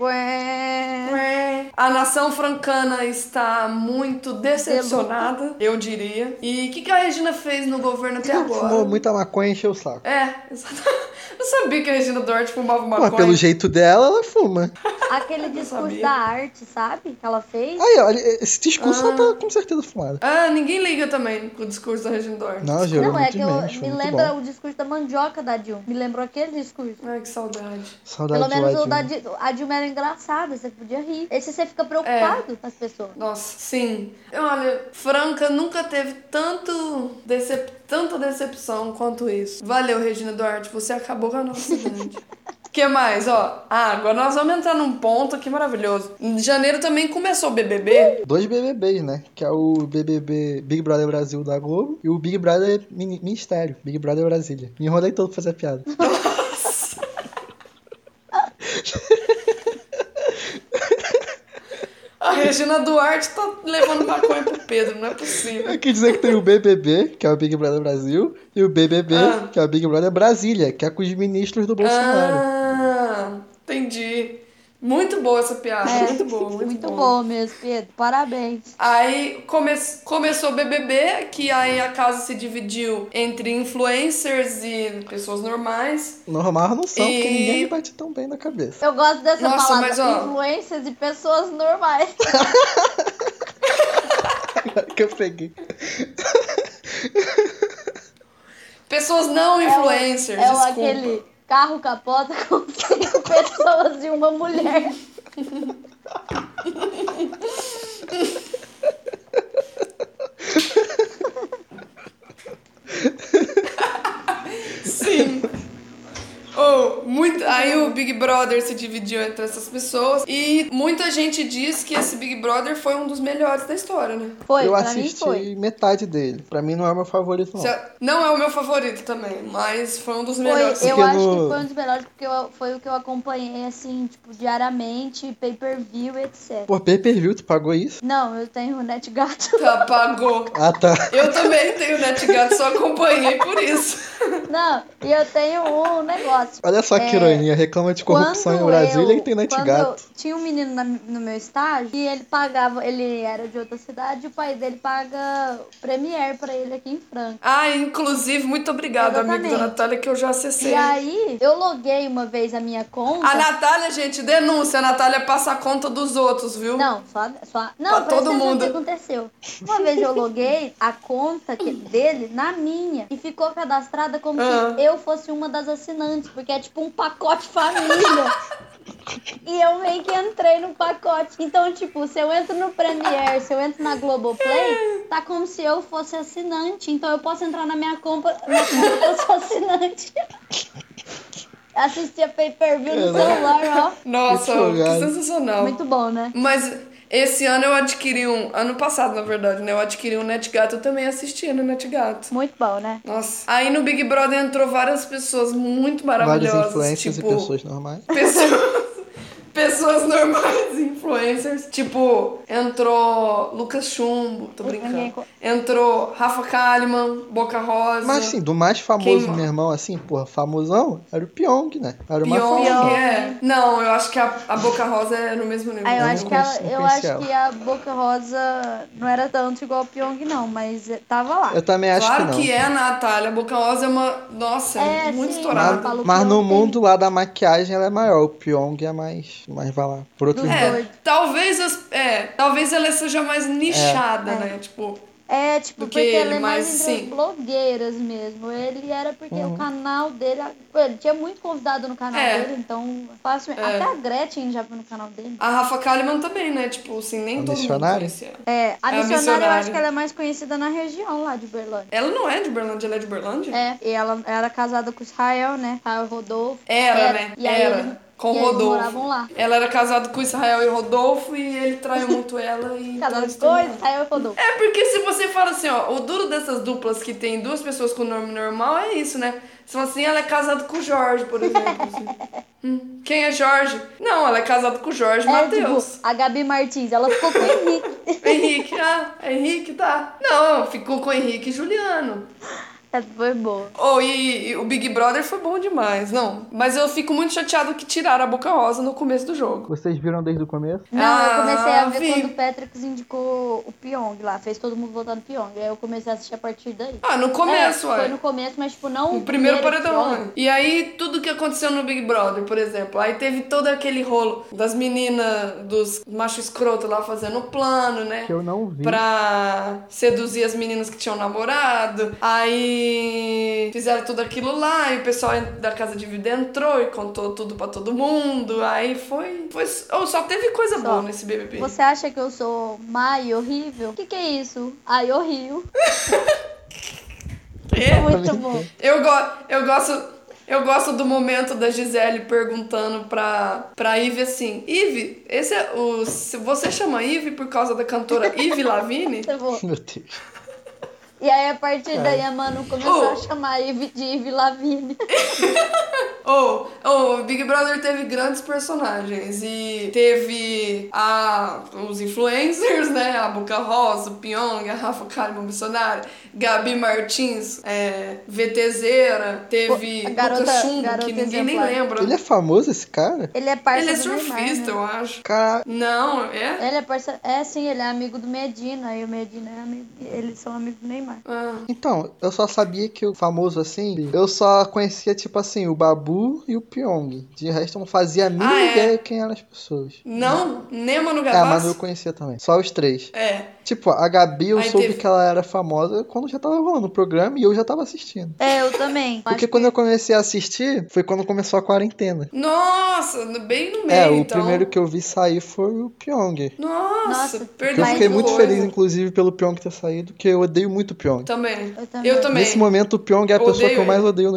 ué, ué. A nação francana está muito decepcionada, eu diria. E o que, que a Regina fez no governo até agora? Fumou muita maconha e encheu o saco. É, exatamente. Eu sabia que a Regina Duarte fumava maconha. Pô, pelo jeito dela, ela fuma. Aquele discurso sabia. da arte, sabe? Que ela fez. Aí, olha, esse discurso Ah. ela tá com certeza fumada. Ah, ninguém liga também com o discurso da Regina Duarte. Não, gerou Não, é muito que eu, menos. Foi me muito lembra bom. o discurso da mandioca da Dilma. Me lembrou aquele discurso. Ai, que saudade. Saudade Pelo do menos o Adilson. da Dilma, a Dilma era engraçada, você podia rir. Esse você fica preocupado com as pessoas. Nossa, sim. Olha, Franca nunca teve tanto decep... tanta decepção quanto isso. Valeu, Regina Duarte, você acabou com a nossa cidade. que mais, ó? Ah, agora nós vamos entrar num ponto aqui maravilhoso. Em janeiro também começou o BBB. Dois BBBs, né? Que é o BBB Big Brother Brasil da Globo e o Big Brother Mini- Ministério, Big Brother Brasília. Me enrolei todo pra fazer a piada. A Regina Duarte tá levando maconha pro Pedro, não é possível. Eu quis dizer que tem o BBB, que é o Big Brother Brasil, e o BBB, Ah. que é o Big Brother Brasília, que é com os ministros do Bolsonaro. Ah, entendi. Muito boa essa piada, É, muito boa, muito, É, Muito boa. bom mesmo, Pedro. Parabéns. Aí come começou o BBB, que aí a casa se dividiu entre influencers e pessoas normais. Normal não são, porque E- ninguém me bate tão bem na cabeça. Eu gosto dessa Nossa, palavra. mas, ó- Influências e pessoas normais. Agora que eu peguei. Pessoas não influencers, é o desculpa. aquele carro capota com cinco pessoas e uma mulher. Sim. Oh, muito... Aí o Big Brother se dividiu entre essas pessoas. E muita gente diz que esse Big Brother foi um dos melhores da história, né? Foi, eu pra mim assisti foi. metade dele. Pra mim não é meu favorito, não. Se- Não é o meu favorito também, mas foi um dos Foi, melhores. eu Porque acho no- que foi um dos melhores, porque eu- foi o que eu acompanhei, assim, tipo, diariamente, pay-per-view, etc. Pô, pay per view, tu pagou isso? Não, eu tenho um NetGato. Tá, pagou. Ah, tá. Eu também tenho NetGato, só acompanhei por isso. Não, e eu tenho um negócio. Olha só que É, ironia, reclama de corrupção Quando em Brasília e tem quando NetGato. eu- Tinha um menino na- no meu estágio e ele pagava, ele era de outra cidade, e o pai dele paga Premiere pra ele aqui em Franca. Ah, inclusive, muito obrigada, amigo da Exatamente. Natália, que eu já acessei. E aí, então? eu loguei uma vez a minha conta. A Natália, gente, denúncia. A Natália passa a conta dos outros, viu? Não, só. só Pra não, presta todo atenção no mundo. que aconteceu. Uma vez eu loguei a conta que- dele na minha e ficou cadastrada como Ah. se eu fosse uma das assinantes, porque é tipo um pacote família. E eu meio que entrei no pacote. Então, tipo, se eu entro no Premiere, se eu entro na Globoplay, tá como se eu fosse assinante. Então eu posso entrar na minha compra. Minha compra eu sou assinante. Assistir a pay per view no É, né? celular, Nossa, Que que folgado. ó. sensacional. Muito bom, né? Mas esse ano eu adquiri um. Ano passado, na verdade, né? Eu adquiri um NetGato. Eu também assistia no NetGato. Muito bom, né? Nossa. Aí no Big Brother entrou várias pessoas muito Vários maravilhosas. influencers tipo, e pessoas normais. pessoas. Pessoas normais, influencers. Tipo, entrou Lucas Chumbo, tô Ninguém brincando. co- Entrou Rafa Kalimann, Boca Rosa. Mas assim, do mais Quem famoso, mais? meu irmão, assim, porra, famosão, era o Pyong, né? Era uma Pyong, fama. é. Não, eu acho que a, a Boca Rosa é no mesmo nível. Ah, eu não acho que conheço- ela- não eu conheci acho que a Boca Rosa não era tanto igual a Pyong, não, mas é, tava lá. Eu também acho claro que não. que, é, Natália. A Boca Rosa é uma. Nossa, é, É, muito sim. estourada. Fala o Mas, mas no Pyong tem- mundo lá da maquiagem ela é maior. O Pyong é mais. Mas vai lá. Por outro Dos lado. É, doido. talvez as, é, talvez ela seja mais nichada, É. né? Tipo, É, do tipo, que porque ele ele, é mais mas, entre sim. as blogueiras mesmo. Ele era porque Uhum. o canal dele. pô, Ele tinha muito convidado no canal É. dele, então. Fácil, Até a Gretchen já foi no canal dele. a Rafa Kalimann também, né? Tipo, assim, nem A todo mundo missionária? conhecia. É, a É, a missionária, eu missionária. acho que ela é mais conhecida na região lá de Berlândia. Ela não é de Berlândia, ela é de Berlândia? É, e ela era casada com Israel, né? Israel Rodolfo. Era, né? É, E aí Era. eles- com e aí Rodolfo. Eles moravam lá. Ela era casada com Israel e Rodolfo e ele traiu muito ela e. então Cada eles coisa, terminaram. Israel e Rodolfo. É porque se você fala assim, ó, o duro dessas duplas que tem duas pessoas com nome normal é isso, né? Se fala assim, ela é casada com o Jorge, por exemplo. assim. Hum, Quem é Jorge? Não, ela é casada com o Jorge É, Matheus. tipo, a Gabi Martins, ela ficou com o Henrique. Henrique, ah, Henrique tá. Não, ficou com Henrique e Juliano. Essa foi boa. Oh, e, e o Big Brother foi bom demais, não. Mas eu fico muito chateado que tiraram a Boca Rosa no começo do jogo. Vocês viram desde o começo? Não, Ah, eu comecei a ver vi. quando o Patrick indicou o Pyong lá, fez todo mundo votar no Pyong. Aí eu comecei a assistir a partir daí. Ah, no começo, É, ué. Foi no começo, mas tipo, não. O primeiro paredão. episódio. né? E aí, tudo que aconteceu no Big Brother, por exemplo. Aí teve todo aquele rolo das meninas, dos macho escroto lá fazendo plano, né? Que eu não vi. Pra seduzir as meninas que tinham namorado. Aí fizeram tudo aquilo lá e o pessoal da casa de vida entrou e contou tudo pra todo mundo. Aí foi. foi oh, só teve coisa boa nesse BBB. Você acha que eu sou má e horrível? O que, que é isso? Ah, eu rio. É. Muito bom. Eu, go eu gosto. Eu gosto do momento da Gisele perguntando pra, pra Ive assim: Ive, esse é o. se Você chama Ive por causa da cantora Ive Lavigne? Muito bom. Meu Deus. E aí, a partir daí, a Manu começou Oh. a chamar a Eve de Eve Lavigne. Ou, ou, o Big Brother teve grandes personagens e teve a, os influencers, né? A Boca Rosa, o Pyong, a Rafa Kalimann Missionária, Gabi Martins, é, VTZera, teve A garota- Lucas Chumbo, garota que ninguém nem exemplar. lembra. Ele é famoso, esse cara? Ele é parça Ele é do Neymar, surfista, né? eu acho. Cara, Não, é? Ele é parça... É, sim, ele é amigo do Medina. E o Medina é amigo... Eles são amigos do Neymar. Ah. então, eu só sabia que o famoso assim, eu só conhecia, tipo assim, o Babu e o Pyong. De resto, eu não fazia a mínima Ah, é? Hum, ideia quem eram as pessoas. Não, nem a Manu É, mas eu Gavassi? conhecia também. Só os três. É. Tipo, a Gabi eu Aí soube teve- que ela era famosa quando já tava rolando o programa e eu já tava assistindo. É, eu também. Porque quando eu comecei a assistir, foi quando começou a quarentena. Nossa, no- bem no meio, É, o então. primeiro que eu vi sair foi o Pyong. Nossa, Nossa, perdi Eu Mas fiquei o- muito coisa. feliz, inclusive, pelo Pyong ter saído, porque eu odeio muito o Pyong. Também. Eu também. Eu também. Nesse momento, o Pyong é a Odeio pessoa que eu ele. mais odeio no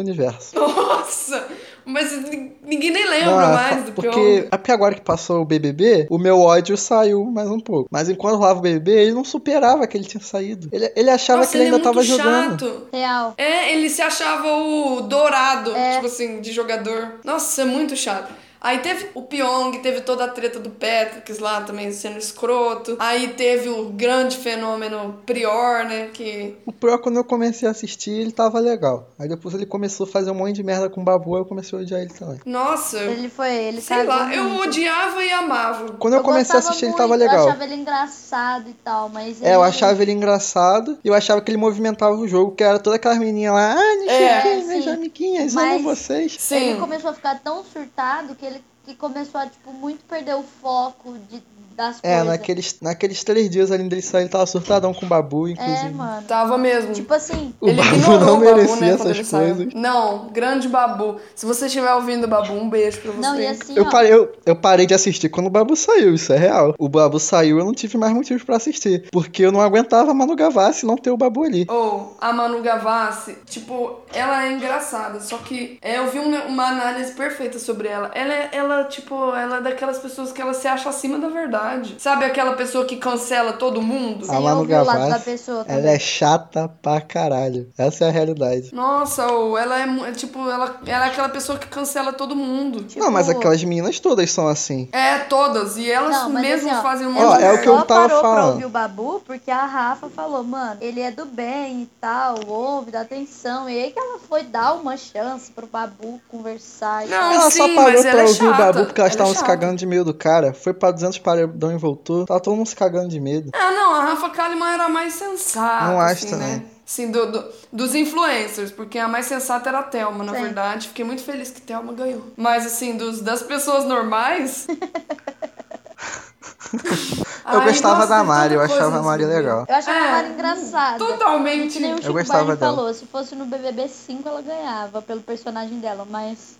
universo. Nossa! Mas ni- ninguém nem lembra Ah, mais fa- do porque Pyong. até agora que passou o BBB, o meu ódio saiu mais um pouco. Mas enquanto rolava o BBB, ele não superava que ele tinha saído. Ele, ele achava Nossa, que ele ainda é tava muito jogando. chato. Real. É, ele se achava o dourado, É. tipo assim, de jogador. Nossa, é muito chato. Aí teve o Pyong, teve toda a treta do Patrick lá também sendo escroto. Aí teve o grande fenômeno Prior, né? Que. O Pro, quando eu comecei a assistir, ele tava legal. Aí depois ele começou a fazer um monte de merda com o Babu, aí eu comecei a odiar ele também. Nossa, Ele foi... Ele sei cagou lá, eu muito. odiava e amava. Quando eu, comecei a gostava assistir, ele muito, tava legal. Eu achava ele engraçado e tal, mas... É, eu achava ele engraçado e eu achava que ele movimentava o jogo, que era toda aquela menininha lá, ah, não sei É, o que, minhas sim. amiguinhas, Mas- amo vocês. Sim. Ele começou a ficar tão surtado que ele que começou a, tipo, muito perder o foco de, das coisas. É, naqueles, naqueles três dias ali dele sair, ele tava surtadão com o Babu, É, inclusive. mano. Tava mesmo. Tipo assim, o ele Babu ignorou não o Babu, merecia né, quando ele essas saiu. coisas. Não, grande Babu. Se você estiver ouvindo, Babu, um beijo pra você. não, e assim, Eu ó. parei, eu, eu parei de assistir quando o Babu saiu, isso é real. O Babu saiu, eu não tive mais motivos pra assistir. Porque eu não aguentava Manu Gavassi não ter o Babu ali. Ou a Manu Gavassi, tipo, ela é engraçada, só que é, eu vi uma, uma análise perfeita sobre ela. Ela é, ela, tipo, ela é daquelas pessoas que ela se acha acima da verdade. Sabe aquela pessoa que cancela todo mundo? Sim. a Manu ouviu o lado da "Ah, Gavassi, pessoa ela também. é chata pra caralho. Essa é a realidade. Nossa, ou ela é, mu- é, tipo, ela, ela é aquela pessoa que cancela todo mundo. Tipo, Não, mas é aquelas meninas todas são assim. É, todas. E elas Não, mas mesmas assim, ó, fazem um monte Ó, de é o merda. que eu só tava parou pra falando. ouvir o Babu porque a Rafa falou, mano, ele é do bem e tal, ouve, dá atenção. E aí que ela foi dar uma chance pro Babu conversar e Não, tal. Ela sim, só parou mas ela pra é ouvir o chata. Babu porque elas Ela é estavam se chata. cagando de medo do cara. Foi pra 200 paredão e voltou. Tava todo mundo se cagando de medo. Ah, não, a Rafa Kalimann era a mais sensata. Não acho assim, também. né? Sim, do, do- dos influencers, porque a mais sensata era a Thelma, na Sim. verdade. Fiquei muito feliz que Thelma ganhou. Mas, assim, dos, das pessoas normais. Eu Ai, gostava nossa, da tem Mari, eu tanta achava coisa a Mari nesse vídeo. legal. Eu achava É, ela engraçada. Totalmente. Que nem um o Chico gostava Barney dela. falou, se fosse no BBB 5 ela ganhava pelo personagem dela, mas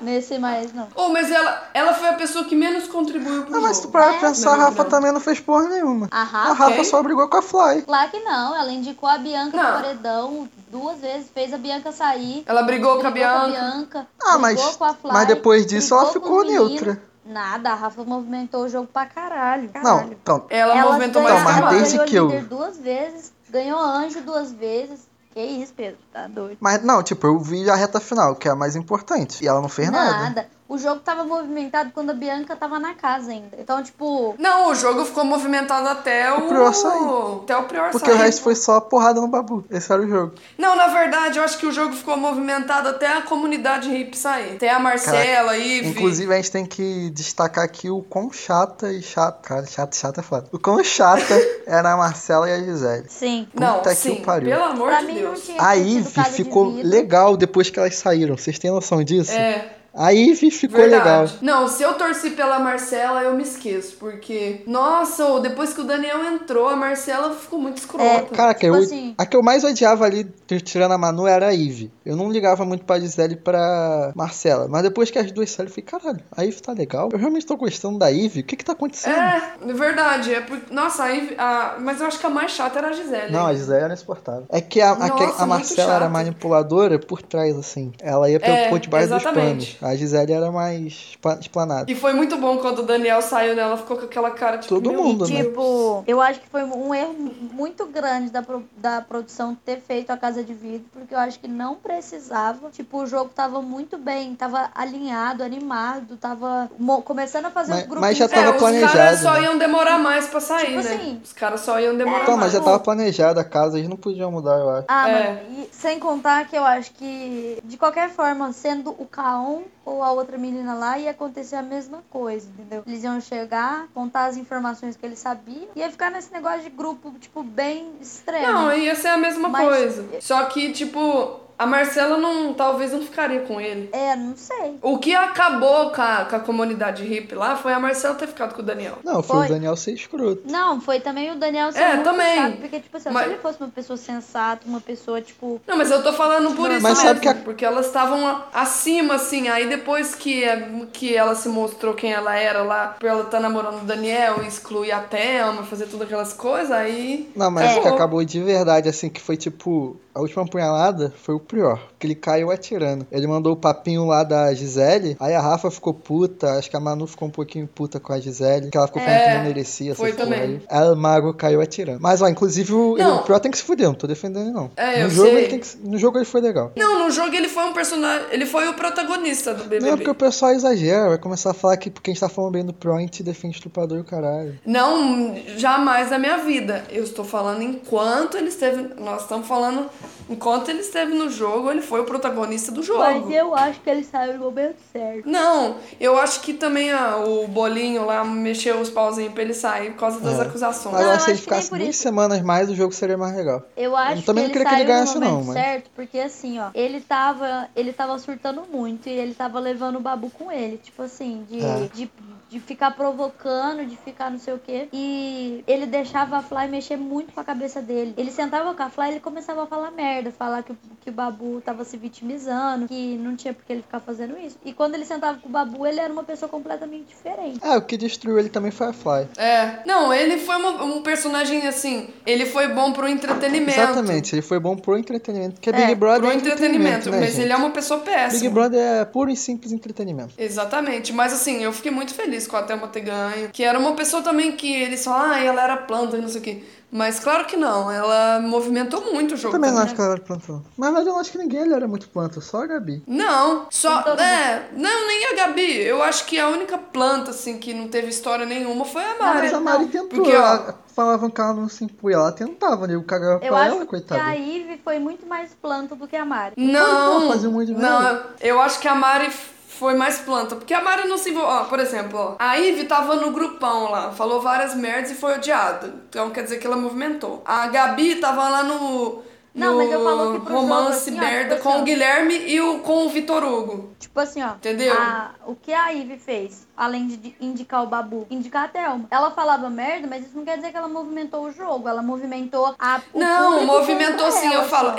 nesse mais não. Oh, mas ela, ela foi a pessoa que menos contribuiu pro Não, mas se tu jogo. parar pra pensar, a Não, Rafa não. também não fez porra nenhuma. A A Rafa, Rafa né, Ah, Ok. só brigou com a Fly. claro que não, ela indicou a Bianca Não. no paredão duas vezes, fez a Bianca sair. Ela brigou com a brigou Bianca. Ah, brigou mas- com a Fly, mas depois disso ela brigou com ficou os meninos. neutra. Nada, a Rafa movimentou o jogo pra caralho. Não, então, Ela, Ela movimentou ganhou- mais que a Então, mas ela Mari. desde ganhou que eu- líder duas vezes, ganhou anjo duas vezes. Que isso, Pedro, tá doido. mas não, tipo, eu vi a reta final, que é a mais importante. E ela não fez nada. O jogo tava movimentado quando a Bianca tava na casa ainda. Então, tipo, Não, o jogo ficou movimentado até o. Prior sair. Até o Prior Porque o sair. resto foi só porrada no Babu. Esse era o jogo. Não, na verdade, eu acho que o jogo ficou movimentado até a comunidade hip sair. Até a Marcela, Ive. Inclusive, a gente tem que destacar aqui o quão chata e chata. Cara, chata, chata é foda. O quão chata era a Marcela e a Gisele. Sim. Não, Puta que sim, o pariu. pelo amor pra de mim não Deus. tinha A que ter sido Ive casa de ficou vidro. legal depois que elas saíram. Vocês têm noção disso? É, A Ive ficou legal. verdade. Não, se eu torci pela Marcela, eu me esqueço. Porque, nossa, ô, depois que o Daniel entrou, a Marcela ficou muito escrota. É, Cara, que Tipo eu, assim. a que eu mais odiava ali, t- tirando a Manu, era a Ive. Eu não ligava muito pra Gisele e pra Marcela. Mas depois que as duas saíram, eu falei, caralho, a Ive tá legal. Eu realmente tô gostando da Ive. O que que tá acontecendo? É, verdade. É por... Nossa, a Ive, a- mas eu acho que a mais chata era a Gisele. Não, a Gisele era insuportável. É que a, a- Nossa, que a muito Marcela era chato. manipuladora por trás, assim. Ela ia pelo, É, por debaixo exatamente. dos panos. A Gisele era mais pa- esplanada. E foi muito bom quando o Daniel saiu, né? Ela ficou com aquela cara tipo. Todo meu, mundo, né? Tipo, eu acho que foi um erro muito grande da, pro- da produção ter feito a Casa de Vidro, porque eu acho que não precisava. Tipo, o jogo tava muito bem, tava alinhado, animado, tava mo- começando a fazer Mas- os grupos. mas já É, tava os planejado, caras só né? iam demorar mais pra sair, Tipo né? assim, os caras só iam demorar Então, mais. mas já tava planejada a casa, eles não podiam mudar, eu acho. Ah, É. mano, e sem contar que eu acho que, de qualquer forma, sendo o Kaon ou a outra menina lá, ia acontecer a mesma coisa, entendeu? Eles iam chegar, contar as informações que eles sabiam, e ia ficar nesse negócio de grupo, tipo, bem extremo. Não, ia ser a mesma Mas- é- coisa. Só que, tipo, a Marcela não, talvez não ficaria com ele. É, não sei. O que acabou com a, com a comunidade hippie lá foi a Marcela ter ficado com o Daniel. Não, foi, Foi. o Daniel ser escroto. Não, foi também o Daniel ser É, muito também. chato, porque, tipo assim, Mas- se ele fosse uma pessoa sensata, uma pessoa, tipo... Não, mas eu tô falando por isso Mas mesmo, sabe que a- porque elas estavam a- acima, assim, aí depois que, é, que ela se mostrou quem ela era lá, por ela tá namorando o Daniel, excluir a Thelma, fazer todas aquelas coisas, aí... Não, mas o que Acabou. acabou de verdade, assim, que foi tipo. A última punhalada foi o Prior, que ele caiu atirando. Ele mandou o papinho lá da Gisele, aí a Rafa ficou puta, acho que a Manu ficou um pouquinho puta com a Gisele, que ela ficou falando que não merecia essa foi porra também. aí. Aí o Mago caiu atirando. Mas, ó, inclusive o, ele- Não. o Prior tem que se fuder, não tô defendendo ele, não. É, no, eu jogo, sei. Ele tem que se- no jogo ele foi legal. Não, no jogo ele foi um personagem, ele foi o protagonista do BBB. Não, é porque o pessoal exagera, vai começar a falar que porque a gente tá falando bem do Prior, a gente defende o estrupador e o caralho. Não, jamais na minha vida. Eu estou falando enquanto ele esteve. Nós estamos falando enquanto ele esteve no jogo, ele foi o protagonista do jogo. Mas eu acho que ele saiu no momento certo. Não, eu acho que também ah, o bolinho lá mexeu os pauzinhos pra ele sair por causa das É. acusações. Mas eu eu acho que se acho ele que nem ficasse por duas isso. semanas mais, o jogo seria mais legal. Eu acho também não que ele queria que ele saiu ganhasse, no momento não, mas- certo, porque assim, ó, ele tava, ele tava surtando muito e ele tava levando o babu com ele, tipo assim, de, É. de de ficar provocando, de ficar não sei o quê. E ele deixava a Fly mexer muito com a cabeça dele. Ele sentava com a Fly e ele começava a falar merda, falar que, o- que o Babu tava se vitimizando, que não tinha por que ele ficar fazendo isso. E quando ele sentava com o Babu, ele era uma pessoa completamente diferente. É, o que destruiu ele também foi a Fly. É. Não, ele foi uma- um personagem assim. Ele foi bom pro entretenimento. Exatamente, ele foi bom pro entretenimento. Porque Big Brother Pro é entretenimento. né, mas gente? ele é uma pessoa péssima. Big Brother é puro e simples entretenimento. Exatamente, mas assim, eu fiquei muito feliz com a Thelma ter ganho, que era uma pessoa também que eles falam, ah, ela era planta e não sei o quê. Mas claro que não, ela movimentou muito o Eu jogo. também não né? acho que ela era plantão. Na verdade, eu não acho que ninguém ele era muito planta, só a Gabi. Não, só. Então, é, não, nem a Gabi. Eu acho que a única planta, assim, que não teve história nenhuma foi a Mari. Mas a Mari tentou. então, Porque, ó- ela falavam que ela não se impunha, ela tentava, nego cagava Eu pra ela, acho que coitada. a Ive foi muito mais planta do que a Mari. Como que Não, ela fazia um monte de não, merda? eu acho que a Mari f- foi mais planta, porque a Mari não se envolveu, ó, por exemplo, ó, a Ive tava no grupão lá, falou várias merdas e foi odiada, então quer dizer que ela movimentou. A Gabi tava lá no, Não, no mas eu falo que pro romance jogo, assim, ó, merda tipo com assim, o ó. Guilherme e o, com o Vitor Hugo. Tipo assim, ó. Entendeu? a- o que a Ivy fez, além de indicar o Babu, indicar a Thelma. Ela falava merda, mas isso não quer dizer que ela movimentou o jogo. Ela movimentou a. o não, público movimentou contra sim, eu ela, falo, só.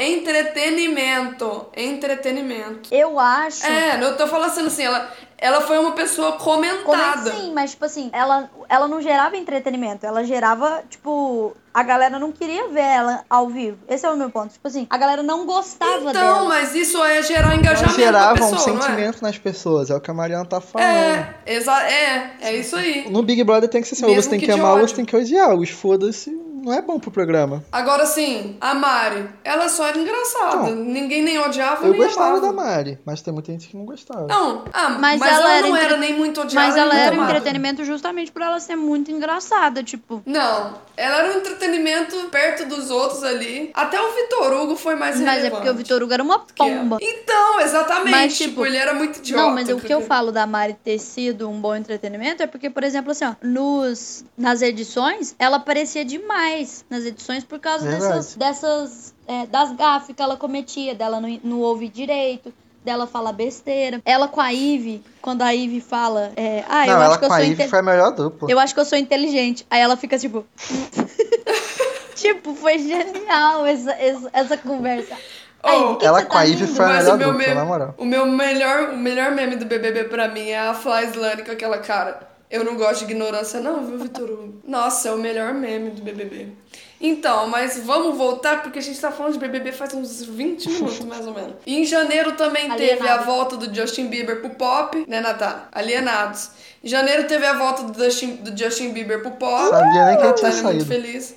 entretenimento, entretenimento. Eu acho. É, eu tô falando assim, ela, ela foi uma pessoa Como é comentada. que sim, mas tipo assim, ela, ela não gerava entretenimento, ela gerava, tipo, a galera não queria ver ela ao vivo. Esse é o meu ponto. Tipo assim, a galera não gostava Então, dela. mas isso é gerar engajamento da Ela gerava um pessoa, não é? sentimento nas pessoas, é o que a Mariana tá falando. É, exa é, é isso aí. No Big Brother tem que ser assim, ou Mesmo você tem que que, de amar ou ódio. você tem que odiar. Os foda-se não é bom pro programa. Agora sim, a Mari, ela só era engraçada. Não. Ninguém nem odiava Eu nem gostava amava. da Mari, mas tem muita gente que não gostava. Não, ah, mas, Mas ela, ela era não era entre- nem muito odiada. Mas ela nem era um amada. entretenimento justamente por ela ser muito engraçada, tipo. Não, ela era um entretenimento perto dos outros ali. Até o Vitor Hugo foi mais Mas relevante. é porque o Vitor Hugo era uma que ela. pomba. Então, exatamente. Mas, tipo, tipo, ele era muito idiota. Não, mas o que eu porque- falo da Mari ter sido um bom entretenimento é porque, por exemplo, assim, ó, nos, nas edições, ela aparecia demais nas edições por causa Verdade. dessas, dessas é, das gafes que ela cometia, dela não, não ouvir direito, dela falar besteira. Ela com a Ive, quando a Ive fala, é, ah, eu não, ela acho que eu com sou a Ivy inte- foi a melhor dupla. eu acho que eu sou inteligente. Aí ela fica tipo. tipo, foi genial essa, essa, essa conversa. Aí, Oh, por que ela que você com a tá Ivy rindo? foi a Mas melhor o meu, dupla, meme, na moral. o meu melhor, o melhor meme do BBB pra mim é a Fly Slane com aquela cara. Eu não gosto de ignorância não, viu, Vitor Hugo? Nossa, é o melhor meme do BBB. Então, mas vamos voltar porque a gente tá falando de BBB faz uns 20 minutos, mais ou menos. E em janeiro também teve a Alienado. volta do Justin Bieber pro pop, né, Natália? Alienados. Em janeiro teve a volta do Justin, do Justin Bieber pro pop. Sabia nem que ele tinha Natália muito saído. feliz.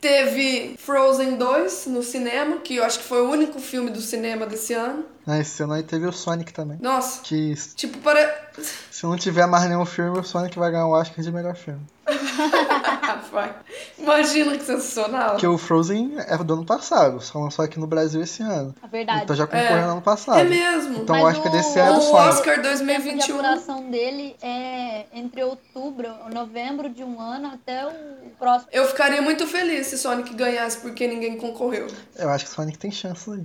Teve Frozen 2 no cinema, que eu acho que foi o único filme do cinema desse ano. Ah, esse ano aí teve o Sonic também. Nossa, Que tipo, para. se não tiver mais nenhum filme, o Sonic vai ganhar o Oscar de melhor filme. Ah, vai. Imagina que sensacional. Porque o Frozen é do ano passado, só lançou aqui no Brasil esse ano. É verdade. Então já concorreu É. no ano passado. É mesmo. Então o Mas Oscar desse o- ano é do o Sonic. Oscar tempo de 2021. apuração dele é entre outubro, novembro de um ano até o próximo. Eu ficaria muito feliz se Sonic ganhasse porque ninguém concorreu. Eu acho que o Sonic tem chance aí.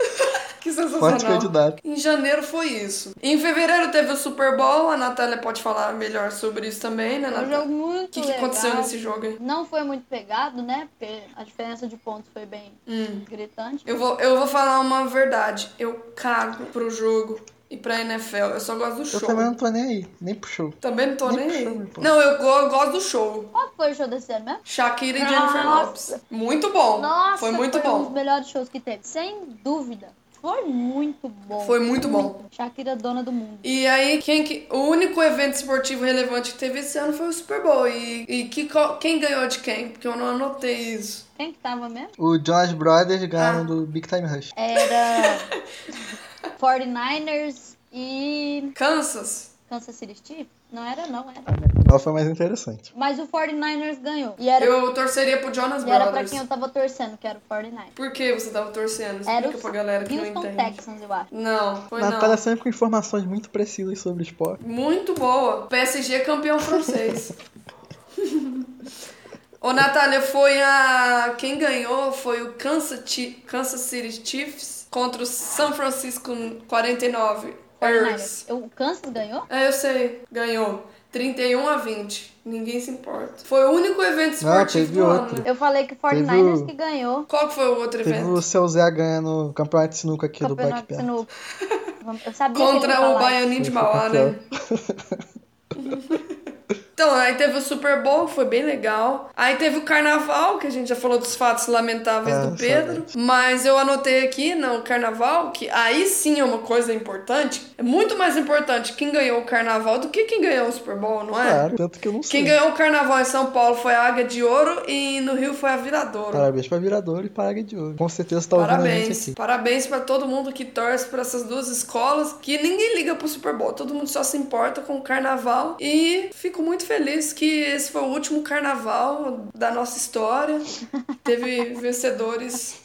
Que Forte sensacional. candidato. Em janeiro foi isso. Em fevereiro teve o Super Bowl. A Natália pode falar melhor sobre isso também, né, É um Natália? jogo O muito que, que legal. aconteceu nesse jogo aí? Não foi muito pegado, né? Porque a diferença de pontos foi bem Hum. gritante. Eu vou, eu vou falar uma verdade. Eu cago pro jogo e pra NFL. Eu só gosto do Eu show. também não tô nem aí, nem pro show. Também não tô nem Nem pro aí. show, pô. Não, eu, go- eu gosto do show. Qual que foi o show desse ano mesmo? Shakira e Jennifer Nossa. Lopes. Muito bom. Nossa, foi muito um dos bom. melhores shows que teve. Sem dúvida. Foi muito bom. Foi muito bom. Shakira, dona do mundo. E aí, quem que, o único evento esportivo relevante que teve esse ano foi o Super Bowl. E, e que, co- quem ganhou de quem? Porque eu não anotei isso. Quem que tava mesmo? O Jonas Brothers ganharam Ah. do Big Time Rush. Era 49ers e Kansas? Kansas City Chiefs? Não era, não era. Ela foi mais interessante. Mas o 49ers ganhou. E era, Eu torceria pro Jonas e era pra Brothers. quem eu tava torcendo, que era o 49ers. Por que você tava torcendo? Era Explica o pra galera que não Houston entende. Texans, eu acho. Não, foi não. Natália é sempre com informações muito precisas sobre esporte. Muito boa. PSG campeão francês. Ô, Natália, foi a. Quem ganhou foi o Kansas, Chi- Kansas City Chiefs contra o San Francisco 49 49ers. O Kansas ganhou? É, eu sei. Ganhou. 31 a 20. Ninguém se importa. Foi o único evento Não, esportivo teve do ano. outro. né? Eu falei que o 49ers o- que ganhou Qual que foi o outro Teve evento? o seu Zé ganhando o campeonato de sinuca aqui o do Black campeonato de Panther. sinuca. Eu sabia que ele ia Contra o falar. Baianinho de Mauá, né? Então, aí teve o Super Bowl, foi bem legal. Aí teve o Carnaval, que a gente já falou dos fatos lamentáveis Ah, do Pedro. Mas eu anotei aqui no Carnaval que aí sim é uma coisa importante. É muito mais importante quem ganhou o Carnaval do que quem ganhou o Super Bowl, não é? Claro, tanto que eu não sei. Quem ganhou o Carnaval em São Paulo foi a Águia de Ouro e no Rio foi a Viradouro. Parabéns pra Viradouro e pra Águia de Ouro. Com certeza tá ouvindo a gente Parabéns. aqui. Parabéns pra todo mundo que torce pra essas duas escolas, que ninguém liga pro Super Bowl, todo mundo só se importa com o carnaval e fico muito feliz que esse foi o último carnaval da nossa história. Teve vencedores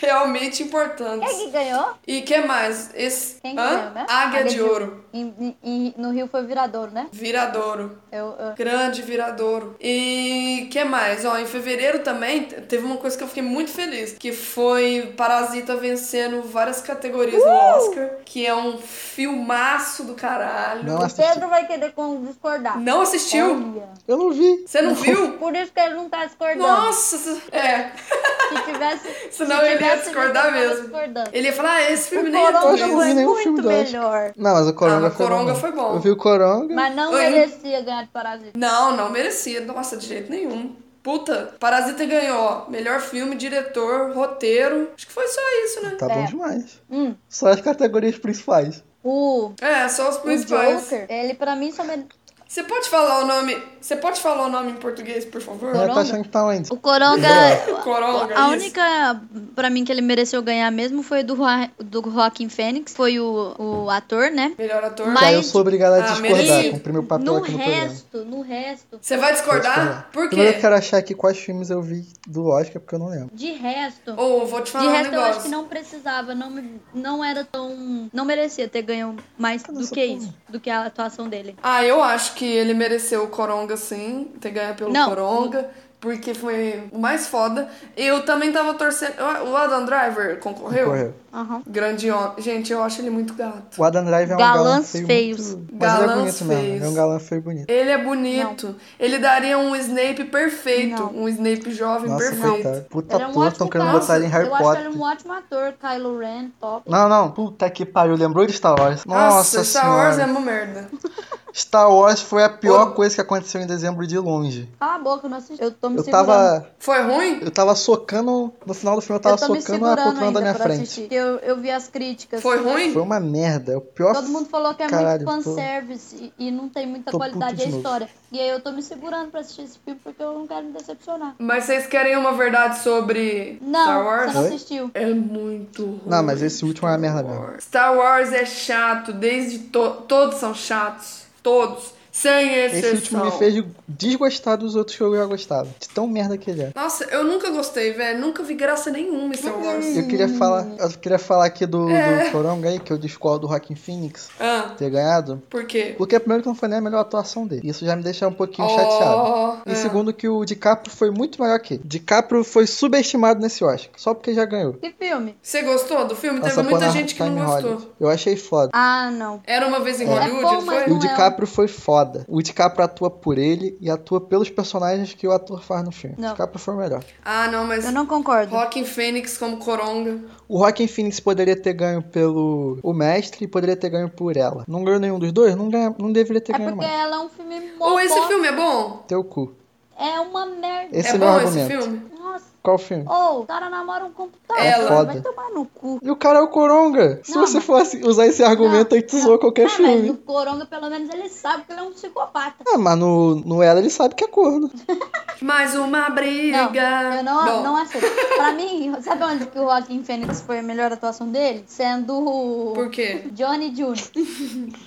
realmente importantes. Quem é que ganhou? E que mais? Esse Quem Hã? ganhou, né? Águia de Ouro, Em- em- no Rio foi viradouro, né? Viradouro. Eu, eu- Grande viradouro. E que mais? Ó, em fevereiro também te- teve uma coisa que eu fiquei muito feliz, que foi Parasita vencendo várias categorias no Oscar, que é um filmaço do caralho. Não Não, O assisti. Pedro vai querer com- discordar. assistiu? Olha. Eu não vi. Você não viu? Por isso que ele não tá discordando. Nossa, cê- é. Se tivesse. Senão se ele ia tivesse discordar visto, ele tava mesmo. discordando. Ele ia falar, ah, esse filme O nem é tão Coronga eu não bom. vi foi nenhum muito filme do Oscar. melhor. Não, mas o Coronga, Ah, o foi, Coronga bom. foi bom. Eu vi o Coronga. Mas não Ganhou. merecia ganhar de parasita. Não, não merecia. Nossa, de jeito nenhum. Puta, Parasita ganhou, ó, melhor filme, diretor, roteiro. Acho que foi só isso, né? Tá É. bom demais. Hum, Só as categorias principais. o, É, só os o principais. Joker, ele pra mim só mere... Você pode falar o nome. Você pode falar o nome em português, por favor? Ela Coronga? tá achando que tá onde? O Coronga. Coronga, A isso. única, pra mim, que ele mereceu ganhar mesmo foi do, Joa- do Joaquim Fênix, foi o, o ator, né? Melhor ator. Mas- Cara, eu sou obrigado a Ah, discordar. mas- Cumprir meu papel No aqui no programa. resto, no resto, Você vai Vou discordar? Por Primeiro quê? eu quero achar aqui quais filmes eu vi do Oscar, porque eu não lembro. de resto, Ou vou te de falar um resto eu negócio. acho que não precisava, não, me- não era tão, não merecia ter ganho mais Cadê do essa que porra? isso, do que a atuação dele. Ah, eu acho que ele mereceu o Coronga sim, ter ganho pelo Não. Coronga, porque foi o mais foda. Eu também tava torcendo. O Adam Driver concorreu? Correu. Grande homem. Gente, eu acho ele muito gato. O Adam Drive é um galã Galãs feio. feios. muito- Mas ele é Galãs bonito mesmo. feios. Ele é um galã feio bonito. Ele é bonito. Ele daria um Snape perfeito. Um Snape jovem Nossa, perfeito. coitado. Puta Ele é um porra, ótimo estão querendo ator. botar ele em Harry eu acho Potter. ele um ótimo ator, Kylo Ren, top. Não, não, puta que pariu, lembrou de Star Wars? Nossa, Nossa, Star Wars é senhora. uma merda. Star Wars foi a pior Ô. coisa que aconteceu em dezembro de longe. Cala a boca, eu não assisti. Eu tô me Eu segurando. tava. Foi ruim? Eu tava socando. No final do filme eu tava tô me socando é a segurando poltrona ainda da minha pra frente. assistir, porque Eu, eu vi as críticas. Foi ruim? Foi uma merda. É o pior. Todo mundo falou que é Caralho, muito tô- fanservice e, e não tem muita tô qualidade puto de de novo. história. E aí eu tô me segurando pra assistir esse filme porque eu não quero me decepcionar. Mas vocês querem uma verdade sobre Não, Star Wars? você não Oi? assistiu. É muito ruim. Não, mas esse último é uma merda mesmo. Star Wars é chato, desde to... todos são chatos, todos, sem Esse exceção. último me fez desgostar dos outros que eu já gostava. De tão merda que ele é. Nossa, eu nunca gostei, velho, nunca vi graça nenhuma em Star Wars. Eu queria falar, eu queria falar aqui do, É. do Coronga aí, que eu discordo do Joaquin Phoenix Ah, ter ganhado. por quê? Porque primeiro que não foi nem a melhor atuação dele. Isso já me deixa um pouquinho Oh, chateado. E é. segundo que o DiCaprio foi muito maior que ele. DiCaprio foi subestimado nesse Oscar, só porque já ganhou. Que filme? Você gostou do filme? Essa Teve muita porra gente que tá em não gostou. Hollywood. Eu achei foda. Ah, não. Era uma vez em É Hollywood, bom, Ah, não mas foi? E o não é- DiCaprio foi foda. O DiCaprio atua por ele e atua pelos personagens que o ator faz no filme. Não. O DiCaprio foi o melhor. Ah, não, mas Eu não concordo. Rockin' Fênix como Coronga. O Joaquin Phoenix poderia ter ganho pelo o mestre e poderia ter ganho por ela. Não ganhou nenhum dos dois? Não, ganha, não deveria ter É ganho porque mais. ela é um filme Ou mó esse bosta. filme é bom? Teu cu. É uma merda. Esse é é meu bom argumento. esse filme? Nossa. Qual filme? Ou, o cara namora um computador. Ela. cara, Foda. Vai tomar no cu. E o cara é o Coronga. Se Não, você fosse usar esse argumento, aí tu zoa qualquer Ah, mas filme. o Coronga, pelo menos, ele sabe que ele é um psicopata. Ah, mas no, no Ela ele sabe que é corno. Mais uma Não, briga. eu não, bom, não é aceito. Pra mim, sabe onde que o Joaquim Fênix foi a melhor atuação dele? Sendo o Por quê? Johnny Jr.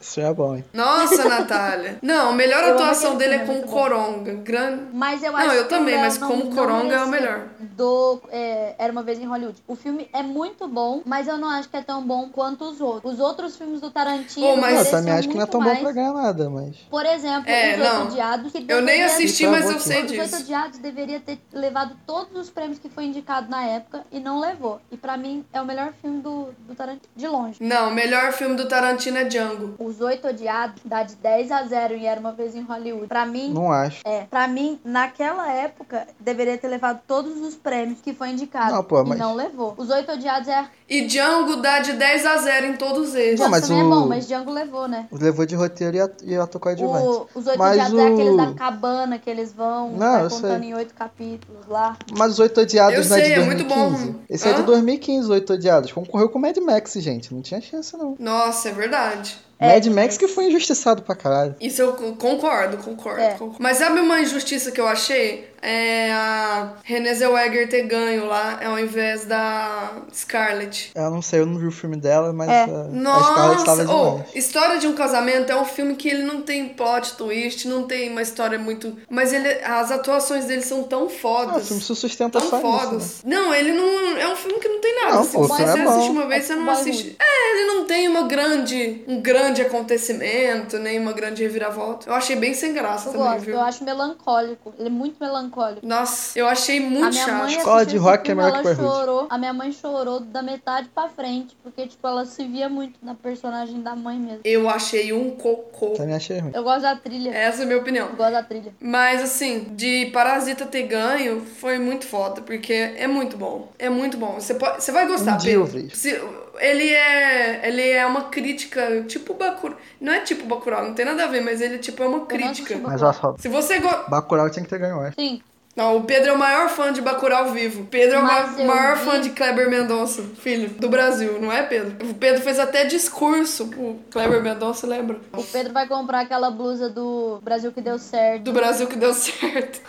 Isso é bom, hein? Nossa, Natália. Não, a melhor Eu amo atuação aquele dele é filme, é com o muito Coronga. Grande. Mas eu Não, acho eu que também, o Léo mas não- como não Coronga é o merecia. melhor. Do é, Era Uma Vez em Hollywood. O filme é muito bom, mas eu não acho que é tão bom quanto os outros. Os outros filmes do Tarantino. Pô, Oh, mas- Não, eu mereciam também acho que não é muito tão mais. bom pra ganhar nada, mas. Por exemplo, É, Os não. Oito Odiados. que Eu nem deveria- assisti, Isso é mas bom eu que- sei Os Oito disso. Odiados deveria ter levado todos os prêmios que foi indicado na época e não levou. E pra mim é o melhor filme do, do Tarantino, de longe. Não, o melhor filme do Tarantino é Django. Os Oito Odiados dá de 10 a 0 e Era Uma Vez em Hollywood. Pra mim, Não acho. É, pra mim, naquela época, deveria ter levado todos os prêmios que foi indicado. Não, pô, mas- E não levou. Os oito odiados é. E Django dá de 10 a 0 em todos eles. Não, mas também o- é bom, mas Django levou, né? Levou de roteiro e at- e ator coadjuvante. O- Os oito Mas odiados o- é aqueles da cabana que eles vão Não, vai eu contando sei. em oito capítulos lá. Mas os Oito Eu Odiados não é de sei, é muito 2015. bom. Esse é de Hã? 2015, os Oito Odiados. Concorreu com Mad Max, gente. Não tinha chance, não. Nossa, é verdade. Mad Max que foi injustiçado pra caralho. Isso eu co- concordo, concordo. É. concordo. Mas sabe uma injustiça que eu achei? É a Renée Zellweger ter ganho lá ao invés da Scarlett. Eu não sei, eu não vi o filme dela, mas eh, É. a, a Scarlett Nossa, estava ô, demais. História de um Casamento é um filme que ele não tem plot twist, não tem uma história muito. Mas ele, as atuações dele são tão Ah, o fodas. filme se sustenta tão só nisso, né? fodas. Não, ele não. É um filme que não tem nada. Não, Se pô, o você filme é assiste bom. uma vez, É você não Bollywood. assiste. É, ele não tem uma grande. um grande acontecimento, nem uma grande reviravolta. Eu achei bem sem graça Eu também, gosto, viu? eu acho melancólico. Ele é muito melancólico. Nossa, eu achei A muito minha chato. mãe Escola assistiu de esse rock é filme, melhor que ela Boy Hood. chorou. A minha mãe chorou da metade pra frente, porque tipo ela se via muito na personagem da mãe mesmo. Eu achei um cocô. Também achei ruim. Eu gosto da trilha. Essa é a minha Eu opinião. gosto da trilha. Mas assim, de Parasita ter ganho foi muito foda, porque é muito bom. É muito bom. Você, pode, você vai gostar, Um dia eu vejo. Se- ele é ele é uma crítica, tipo Bacurau. Não é tipo Bacurau, não tem nada a ver, mas ele tipo é uma Eu não assisti crítica. Bacurau. Mas olha só, Se você go... Bacurau tinha que ter ganho, eu acho. Sim, Não, o Pedro é o maior fã de Bacurau vivo. Pedro é o Mas ma- eu maior vi- fã de Kleber Mendonça, filho, do Brasil, não é, Pedro? O Pedro fez até discurso pro Kleber Mendonça, lembra? O Pedro vai comprar aquela blusa do Brasil que deu certo. Do Brasil que deu certo.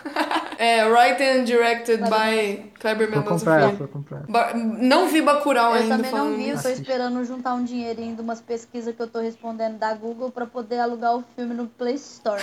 é, Written and Directed by Kleber Vou Mendonça comprar ela, Filho. vou comprar ela. Ba- Não vi Bacurau Eu ainda também não falando vi, eu nisso. tô esperando juntar um dinheirinho de umas pesquisas que eu tô respondendo da Google pra poder alugar o filme no Play Store.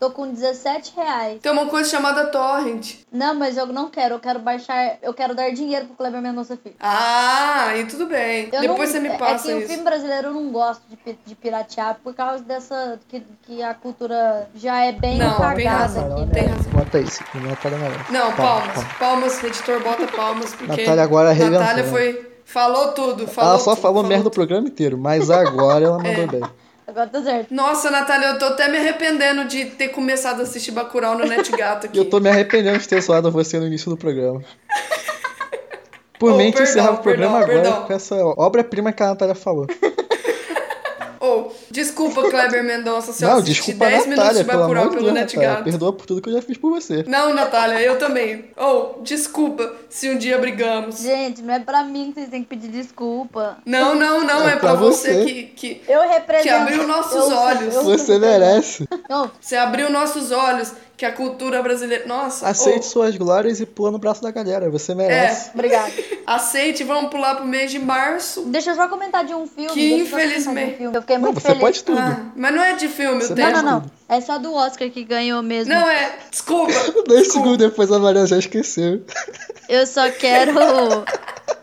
Tô com 17 reais. Tem uma coisa chamada Torrent. Não, mas eu não quero, eu quero baixar, eu quero dar dinheiro pro Kleber Mendonça Filho. Ah, e tudo bem. Eu Depois não- você é- me passa é que o isso. filme brasileiro eu não gosto de, pi- de piratear por causa dessa. Que, que a cultura já é bem Não, tem cagada razão, aqui. tem né? razão. Bota isso, o Natália melhor. Não, palmas. palma. Palmas, editor, bota palmas, porque. Tá, Natália agora arrebentou, Natália né? foi. Falou tudo. Falou Ela só tudo, É, falou merda o programa inteiro, mas agora ela mandou bem. Agora tá certo. Nossa, Natália, eu tô até me arrependendo de ter começado a assistir Bacurau no NetGato E aqui. eu tô me arrependendo de ter zoado você no início do programa. Por Oh, mim, que perdão, encerrava o programa perdão, agora perdão. com essa obra-prima que a Natália falou. Ou, desculpa, Kleber Mendonça, se eu Não, assisti desculpa a 10 minutos Natália, de pelo Bacurau amor de pelo Deus, Natália. NetGato. Perdoa por tudo que eu já fiz por você. Não, Natália, eu também. Ou, desculpa se um dia brigamos. Gente, não é pra mim que vocês têm que pedir desculpa. Não, não, não, é, É pra pra você, você. que, que Eu represento. Que abriu nossos olhos. Você merece. Não, você abriu nossos olhos, que a cultura brasileira. Nossa, oh, Aceite ou, suas glórias e pula no braço da galera. Você É. merece. obrigada. aceite, vamos pular pro mês de março. Deixa eu só comentar de um filme. Que deixa eu só comentar de um infelizmente- filme. Eu fiquei Não, muito você feliz. pode tudo. Ah, mas não é de filme, eu Você tenho. pode- Não, não, não. É só do Oscar que ganhou mesmo. Não, é. Desculpa. Dois desculpa. segundos depois a Maria já esqueceu. Eu só quero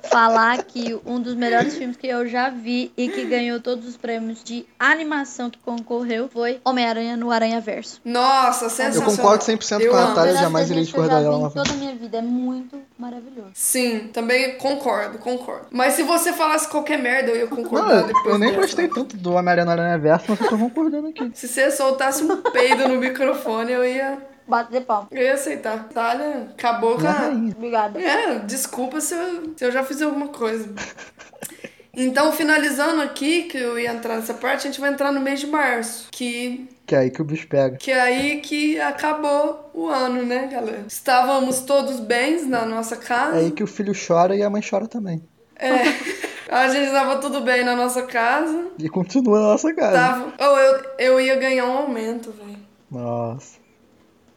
falar que um dos melhores filmes que eu já vi e que ganhou todos os prêmios de animação que concorreu foi Homem-Aranha no Aranha Verso. Nossa, Eu sensacional. concordo 100% Eu com a amo. Natália, Melhor jamais irei presente que eu já discordar vi dela em novamente. toda a minha vida. É muito maravilhoso. Sim, também concordo, concordo. Mas se você falasse qualquer merda, eu ia Não, concordar eu, depois. eu nem dessa. gostei tanto do Homem-Aranha no Aranha Verso, mas eu tô concordando aqui. Se você soltasse um peido no microfone, eu ia, Bater palma. eu ia aceitar. Natália, acabou com Minha a. rainha. Obrigada. É, desculpa se eu, se eu já fiz alguma coisa. Então, finalizando aqui, que eu ia entrar nessa parte, a gente vai entrar no mês de março, que, Que é aí que o bicho pega. que é aí que acabou o ano, né, galera? Estávamos todos bens na nossa É aí casa. que o filho chora e a mãe chora também. A gente estava tudo bem na nossa casa. E Tá. continua na nossa casa. Tava... Oh, eu, eu ia ganhar um aumento, velho. Nossa.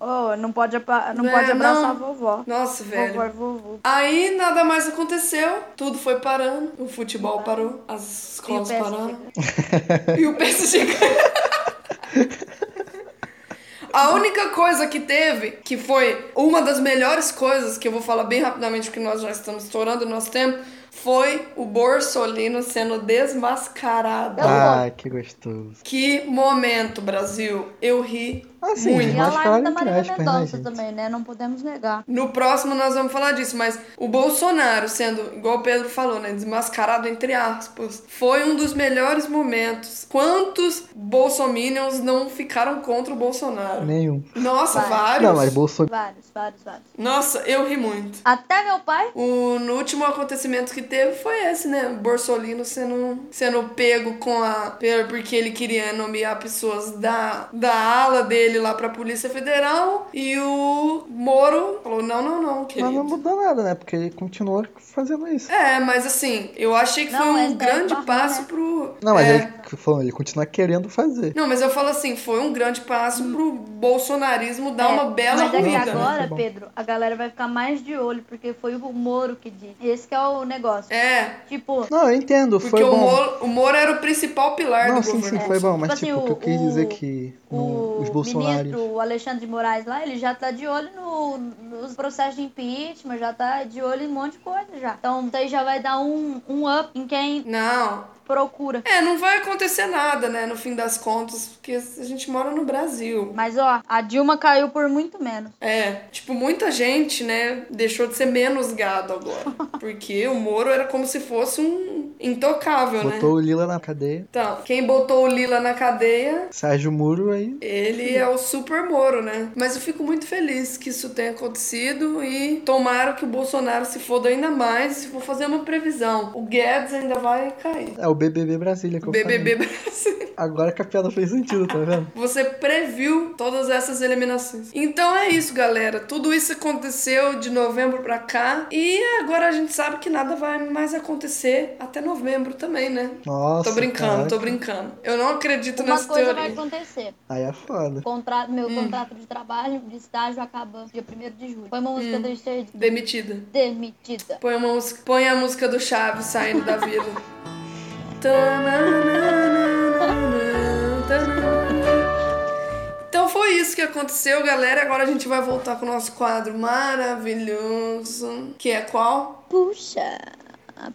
Oh, não pode, apa- não É, pode abraçar não. a vovó. Nossa, velho. Vovó, é vovô. Aí nada mais aconteceu, tudo foi parando, o futebol parou, as escolas E o é PSG pararam. e o PSG ganhou. A única coisa que teve, que foi uma das melhores coisas, que eu vou falar bem rapidamente porque nós já estamos estourando o nosso tempo, foi o Borsolino sendo desmascarado. Ah, que gostoso. Que momento, Brasil! Eu ri Assim, Muito. tá E a tá live da desmascararam entre Maria aspas, né, Mendonça gente? também, né? Não podemos negar. No próximo nós vamos falar disso, mas o Bolsonaro sendo, igual o Pedro falou, né, desmascarado entre aspas, foi um dos melhores momentos. Quantos bolsominions não ficaram contra o Bolsonaro? Nenhum. Nossa, vários. Não, mas Bolsonaro. Vários, vários, vários. Nossa, eu ri muito. Até meu pai. O no último acontecimento que teve foi esse, né? O Borsolino sendo, sendo pego com a. pelo- Porque ele queria nomear pessoas da, da ala dele lá pra Polícia Federal. E o Moro falou: não, não, não, querido. Mas não mudou nada, né? Porque ele continuou fazendo isso. É, mas assim, eu achei que Não, foi mas um é grande normal, passo né? pro. Não, mas é. ele, falando, ele continua querendo fazer. Não, mas eu falo assim, foi um grande passo pro bolsonarismo dar É, uma bela Mas é que ruída. agora, Tá bom. Pedro, a galera vai ficar mais de olho, porque foi o Moro que disse. Esse que é o negócio. É, Tipo, Não, eu entendo, porque foi o bom. Moro, o Moro era o principal pilar Não, do sim, governo. sim, foi bom, mas Tipo tipo, assim, o que eu o- quis dizer que no- o os bolsonaristas. ministro, o Alexandre de Moraes lá, ele já tá de olho no, nos processos de impeachment, já tá de olho em um monte de coisa já. Então, isso aí já vai dar um, um up em quem Não. procura. É, não vai acontecer nada, né, no fim das contas, porque a gente mora no Brasil. Mas, ó, a Dilma caiu por muito menos. É, tipo, muita gente, né, deixou de ser menos gado agora. Porque o Moro era como se fosse um intocável, né? Botou o Lila na cadeia. Então, quem botou o Lila na cadeia Sérgio Muro aí. Ele é o super Moro, né? Mas eu fico muito feliz que isso tenha acontecido e tomara que o Bolsonaro se foda ainda mais. Vou fazer uma previsão. O Guedes ainda vai cair. É o BBB Brasília que eu BBB Brasil. falei. Agora que a piada fez sentido, tá vendo? Você previu todas essas eliminações. Então é isso, galera. Tudo isso aconteceu de novembro pra cá e agora a gente sabe que nada vai mais acontecer até novembro também, né? Nossa. tô brincando, caraca. tô brincando. Eu não acredito Uma nessa coisa teoria. Hum. vai acontecer. Aí é foda. Contra- meu contrato de trabalho, de estágio, acaba dia 1 de julho. Foi uma música Hum. do Sturdy. Demitida. Demitida. Põe, uma música, põe a música do Chaves saindo da vila. Tananana, tananana. Então foi isso que aconteceu, galera. Agora a gente vai voltar com o nosso quadro maravilhoso. Que é qual? Puxa.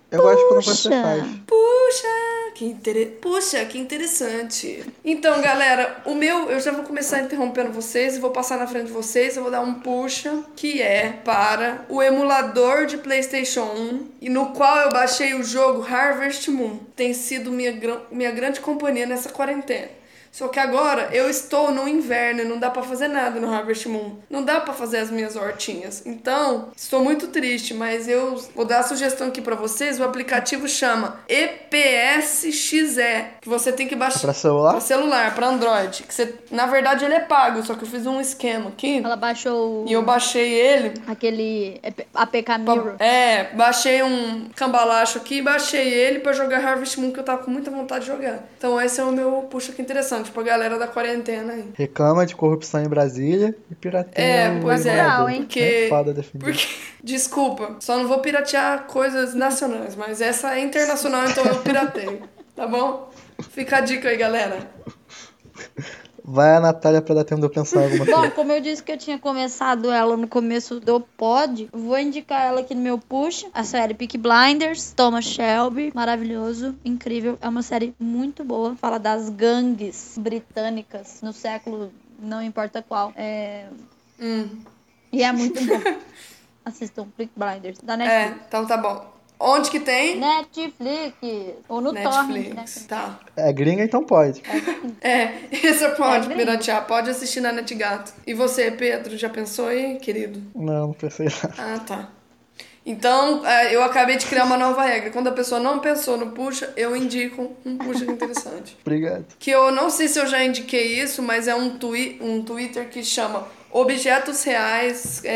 Eu gosto quando você Puxa. faz. Puxa, que intere... Puxa, que interessante. Então, galera, o meu, eu já vou começar interrompendo vocês, eu vou passar na frente de vocês, eu vou dar um puxa, que é para o emulador de PlayStation 1, e no qual eu baixei o jogo Harvest Moon. Tem sido minha, gran- minha grande companhia nessa quarentena. Só que agora eu estou no inverno e não dá pra fazer nada no Harvest Moon. Não dá pra fazer as minhas hortinhas. Então, estou muito triste, mas eu vou dar a sugestão aqui pra vocês. O aplicativo chama EPSXE, que você tem que baixar Pra celular? pra celular, pra Android. Que você, na verdade, ele é pago, só que eu fiz um esquema aqui Ela baixou o- e eu baixei ele aquele EP- APK Mirror. é, baixei um cambalacho aqui, baixei ele pra jogar Harvest Moon, que eu tava com muita vontade de jogar. Então esse é o meu puxa que interessante pra galera da quarentena aí. Reclama de corrupção em Brasília e pirateia. É, o pois é. emulador. Não, hein? É foda defender. Porque, desculpa, só não vou piratear coisas nacionais, mas essa é internacional, então eu pirateio, tá bom? Fica a dica aí, galera. Vai a Natália pra dar tempo de eu pensar em alguma coisa. Bom, como eu disse que eu tinha começado ela no começo do pod, vou indicar ela aqui no meu push. A série Peak Blinders, Thomas Shelby, maravilhoso, incrível. É uma série muito boa. Fala das gangues britânicas no século não importa qual. É, Hum, E é muito bom. Assistam Peak Blinders, da é, Netflix. então tá bom. Onde que tem? Netflix. Ou no Torrent, né? Netflix. Tá. É gringa, então pode. É, essa pode gringo. piratear, pode assistir na NetGato. E você, Pedro, já pensou aí, querido? Não, não pensei nada. Ah, tá. Então, eh, eu acabei de criar uma nova regra. Quando a pessoa não pensou no puxa, eu indico um puxa interessante. Obrigado. Que eu não sei se eu já indiquei isso, mas é um, twi um Twitter que chama Objetos Reais, eh,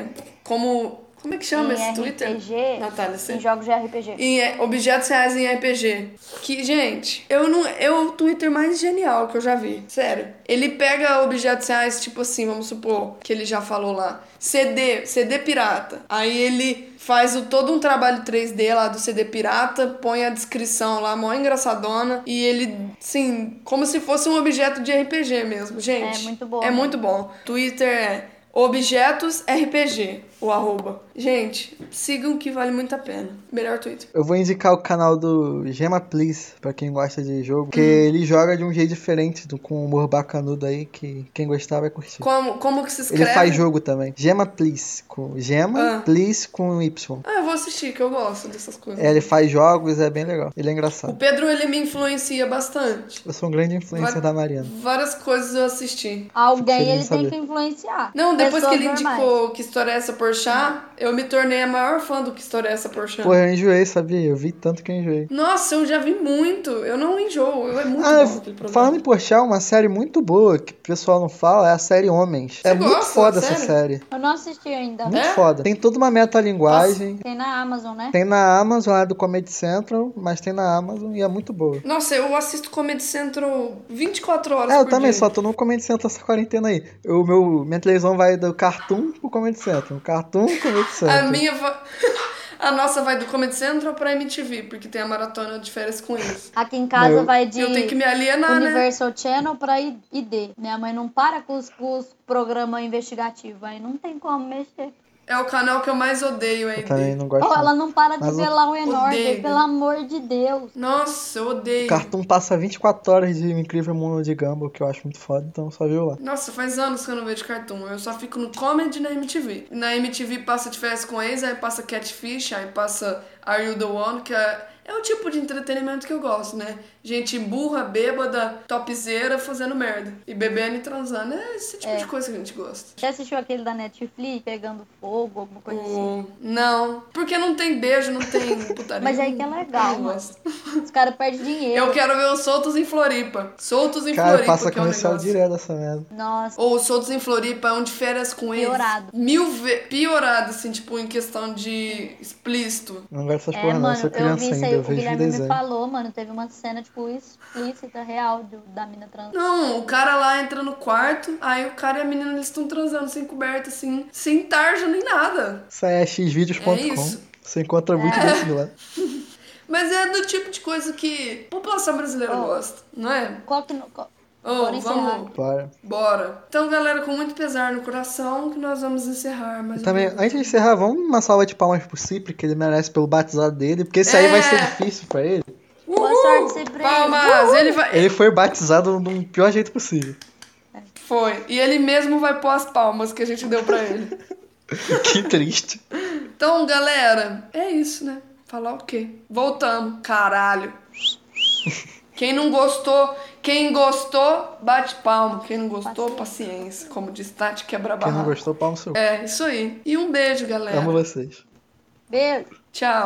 é, como... Como é que chama em esse Twitter? tá RPG, Natália, você. em jogos de RPG. Em é, objetos reais em RPG. Que, gente, eu não. É o Twitter mais genial que eu já vi. Sério. Ele pega objetos reais, tipo assim, vamos supor, que ele já falou lá. CD, CD pirata. Aí ele faz o, todo um trabalho 3D lá do CD pirata, põe a descrição lá, mó engraçadona. E ele, assim, como se fosse um objeto de RPG mesmo. Gente. É muito bom, É né? muito bom. Twitter é. Objetos RPG, o arroba. Gente, sigam que vale muito a pena. Melhor Twitter. Eu vou indicar o canal do Gema Please, pra quem gosta de jogo, Hum. porque ele joga de um jeito diferente, do, com humor bacanudo aí, que quem gostar vai curtir. Como, como que se Ele escreve? faz jogo também. Gema Please, com Gema Ah. Please com Y. Ah, eu vou assistir, que eu gosto dessas coisas. É, ele faz jogos, é bem legal. Ele é O engraçado. Pedro, ele me influencia bastante. Eu sou um grande influencer Vai- da Mariana. Várias coisas eu assisti. Alguém Queria ele tem saber. que influenciar. Não, depois que Pessoas ele indicou normais. que história é essa Porchat, eu me tornei a maior fã do que história é essa Porchat. Pô, eu enjoei, sabia? Eu vi tanto que eu enjoei. Nossa, eu já vi muito. Eu não enjoo. Eu é muito Ah, bom aquele programa. falando em Porchat, uma série muito boa que o pessoal não fala é a série Homens. é muito gosta, foda essa sério? série. Eu não assisti ainda. Muito É? foda. Tem toda uma metalinguagem. Tem na Amazon, né? Tem na Amazon, lá do Comedy Central, mas tem na Amazon e é muito boa. Nossa, eu assisto Comedy Central 24 horas É, eu por também dia. só tô no Comedy Central essa quarentena aí. O meu, minha televisão vai do Cartoon pro Comedy Central. Cartoon, Comedy A Central. minha... va- a nossa vai do Comedy Central pra MTV, porque tem a maratona de férias com eles. Aqui em casa Não, eu- vai de Eu tenho que me alienar, né? Universal Channel pra I- ID. Minha mãe não para com os, com os programas investigativos, aí não tem como mexer. É o canal que eu mais odeio aí. Eu também não gosto. Ou não. ela não para de é. Mas o- ver lá o Enorme, Odeio. pelo amor de Deus. Nossa, eu O odeio. Cartoon passa 24 horas de Incrível Mundo de Gumball, que eu acho muito foda, então só viu lá. Nossa, faz anos que eu não vejo cartoon. Eu só fico no comedy e na MTV. Na MTV passa de férias com ex, aí passa Catfish, aí passa Are You The One, que é, é o tipo de entretenimento que eu gosto, né? Gente burra, bêbada, topzeira, fazendo merda. E bebendo e transando. É esse tipo de coisa que a gente gosta. Você assistiu aquele da Netflix, Pegando Fogo, alguma coisa assim? O- Hum, Não. Porque não tem beijo, não tem putaria. Mas aí que é legal, Eu não mano. gosto. Os caras perdem dinheiro. Eu quero ver os Soltos em Floripa. Soltos em Cara, Floripa, passa que é um comercial negócio. direto essa merda. Nossa, Ou os outros em Floripa é um de férias com eles. Piorado. Mil vezes. Piorado, assim, tipo, em questão de explícito. Não gosto dessas é, porra não, eu mano, sou eu criança vi isso ainda, aí, eu o vejo Guilherme me desenho. falou, mano, teve uma cena, tipo, explícita, real, de- da mina trans. Não, o cara lá entra no quarto, aí o cara e a menina eles estão transando sem coberta, assim, sem tarja nem nada. Isso aí é xvideos.com. É isso. É. Você encontra muito desses lá. Mas é do tipo de coisa que a população brasileira gosta, não é? Qual que... não- qual- Oh, Bora encerrar. vamos, Para. bora. Então, galera, com muito pesar no coração, que nós vamos encerrar mais E também, um antes de encerrar, vamos uma salva de palmas pro Cipri, que ele merece pelo batizado dele, porque isso aí vai ser É. difícil pra ele. Boa sorte, Cipri. Palmas! Ele vai. Ele foi batizado do pior jeito possível. Foi. E ele mesmo vai pôr as palmas que a gente deu pra ele. Que triste. Então, galera, é isso, né? Falar o quê? Voltamos. Caralho. Quem não gostou, quem gostou, bate palma. Quem não gostou, paciência. Como diz Tati, quebra Quem não barra. gostou, pau no seu. É, isso aí. E um beijo, galera. Amo vocês. Beijo. Tchau.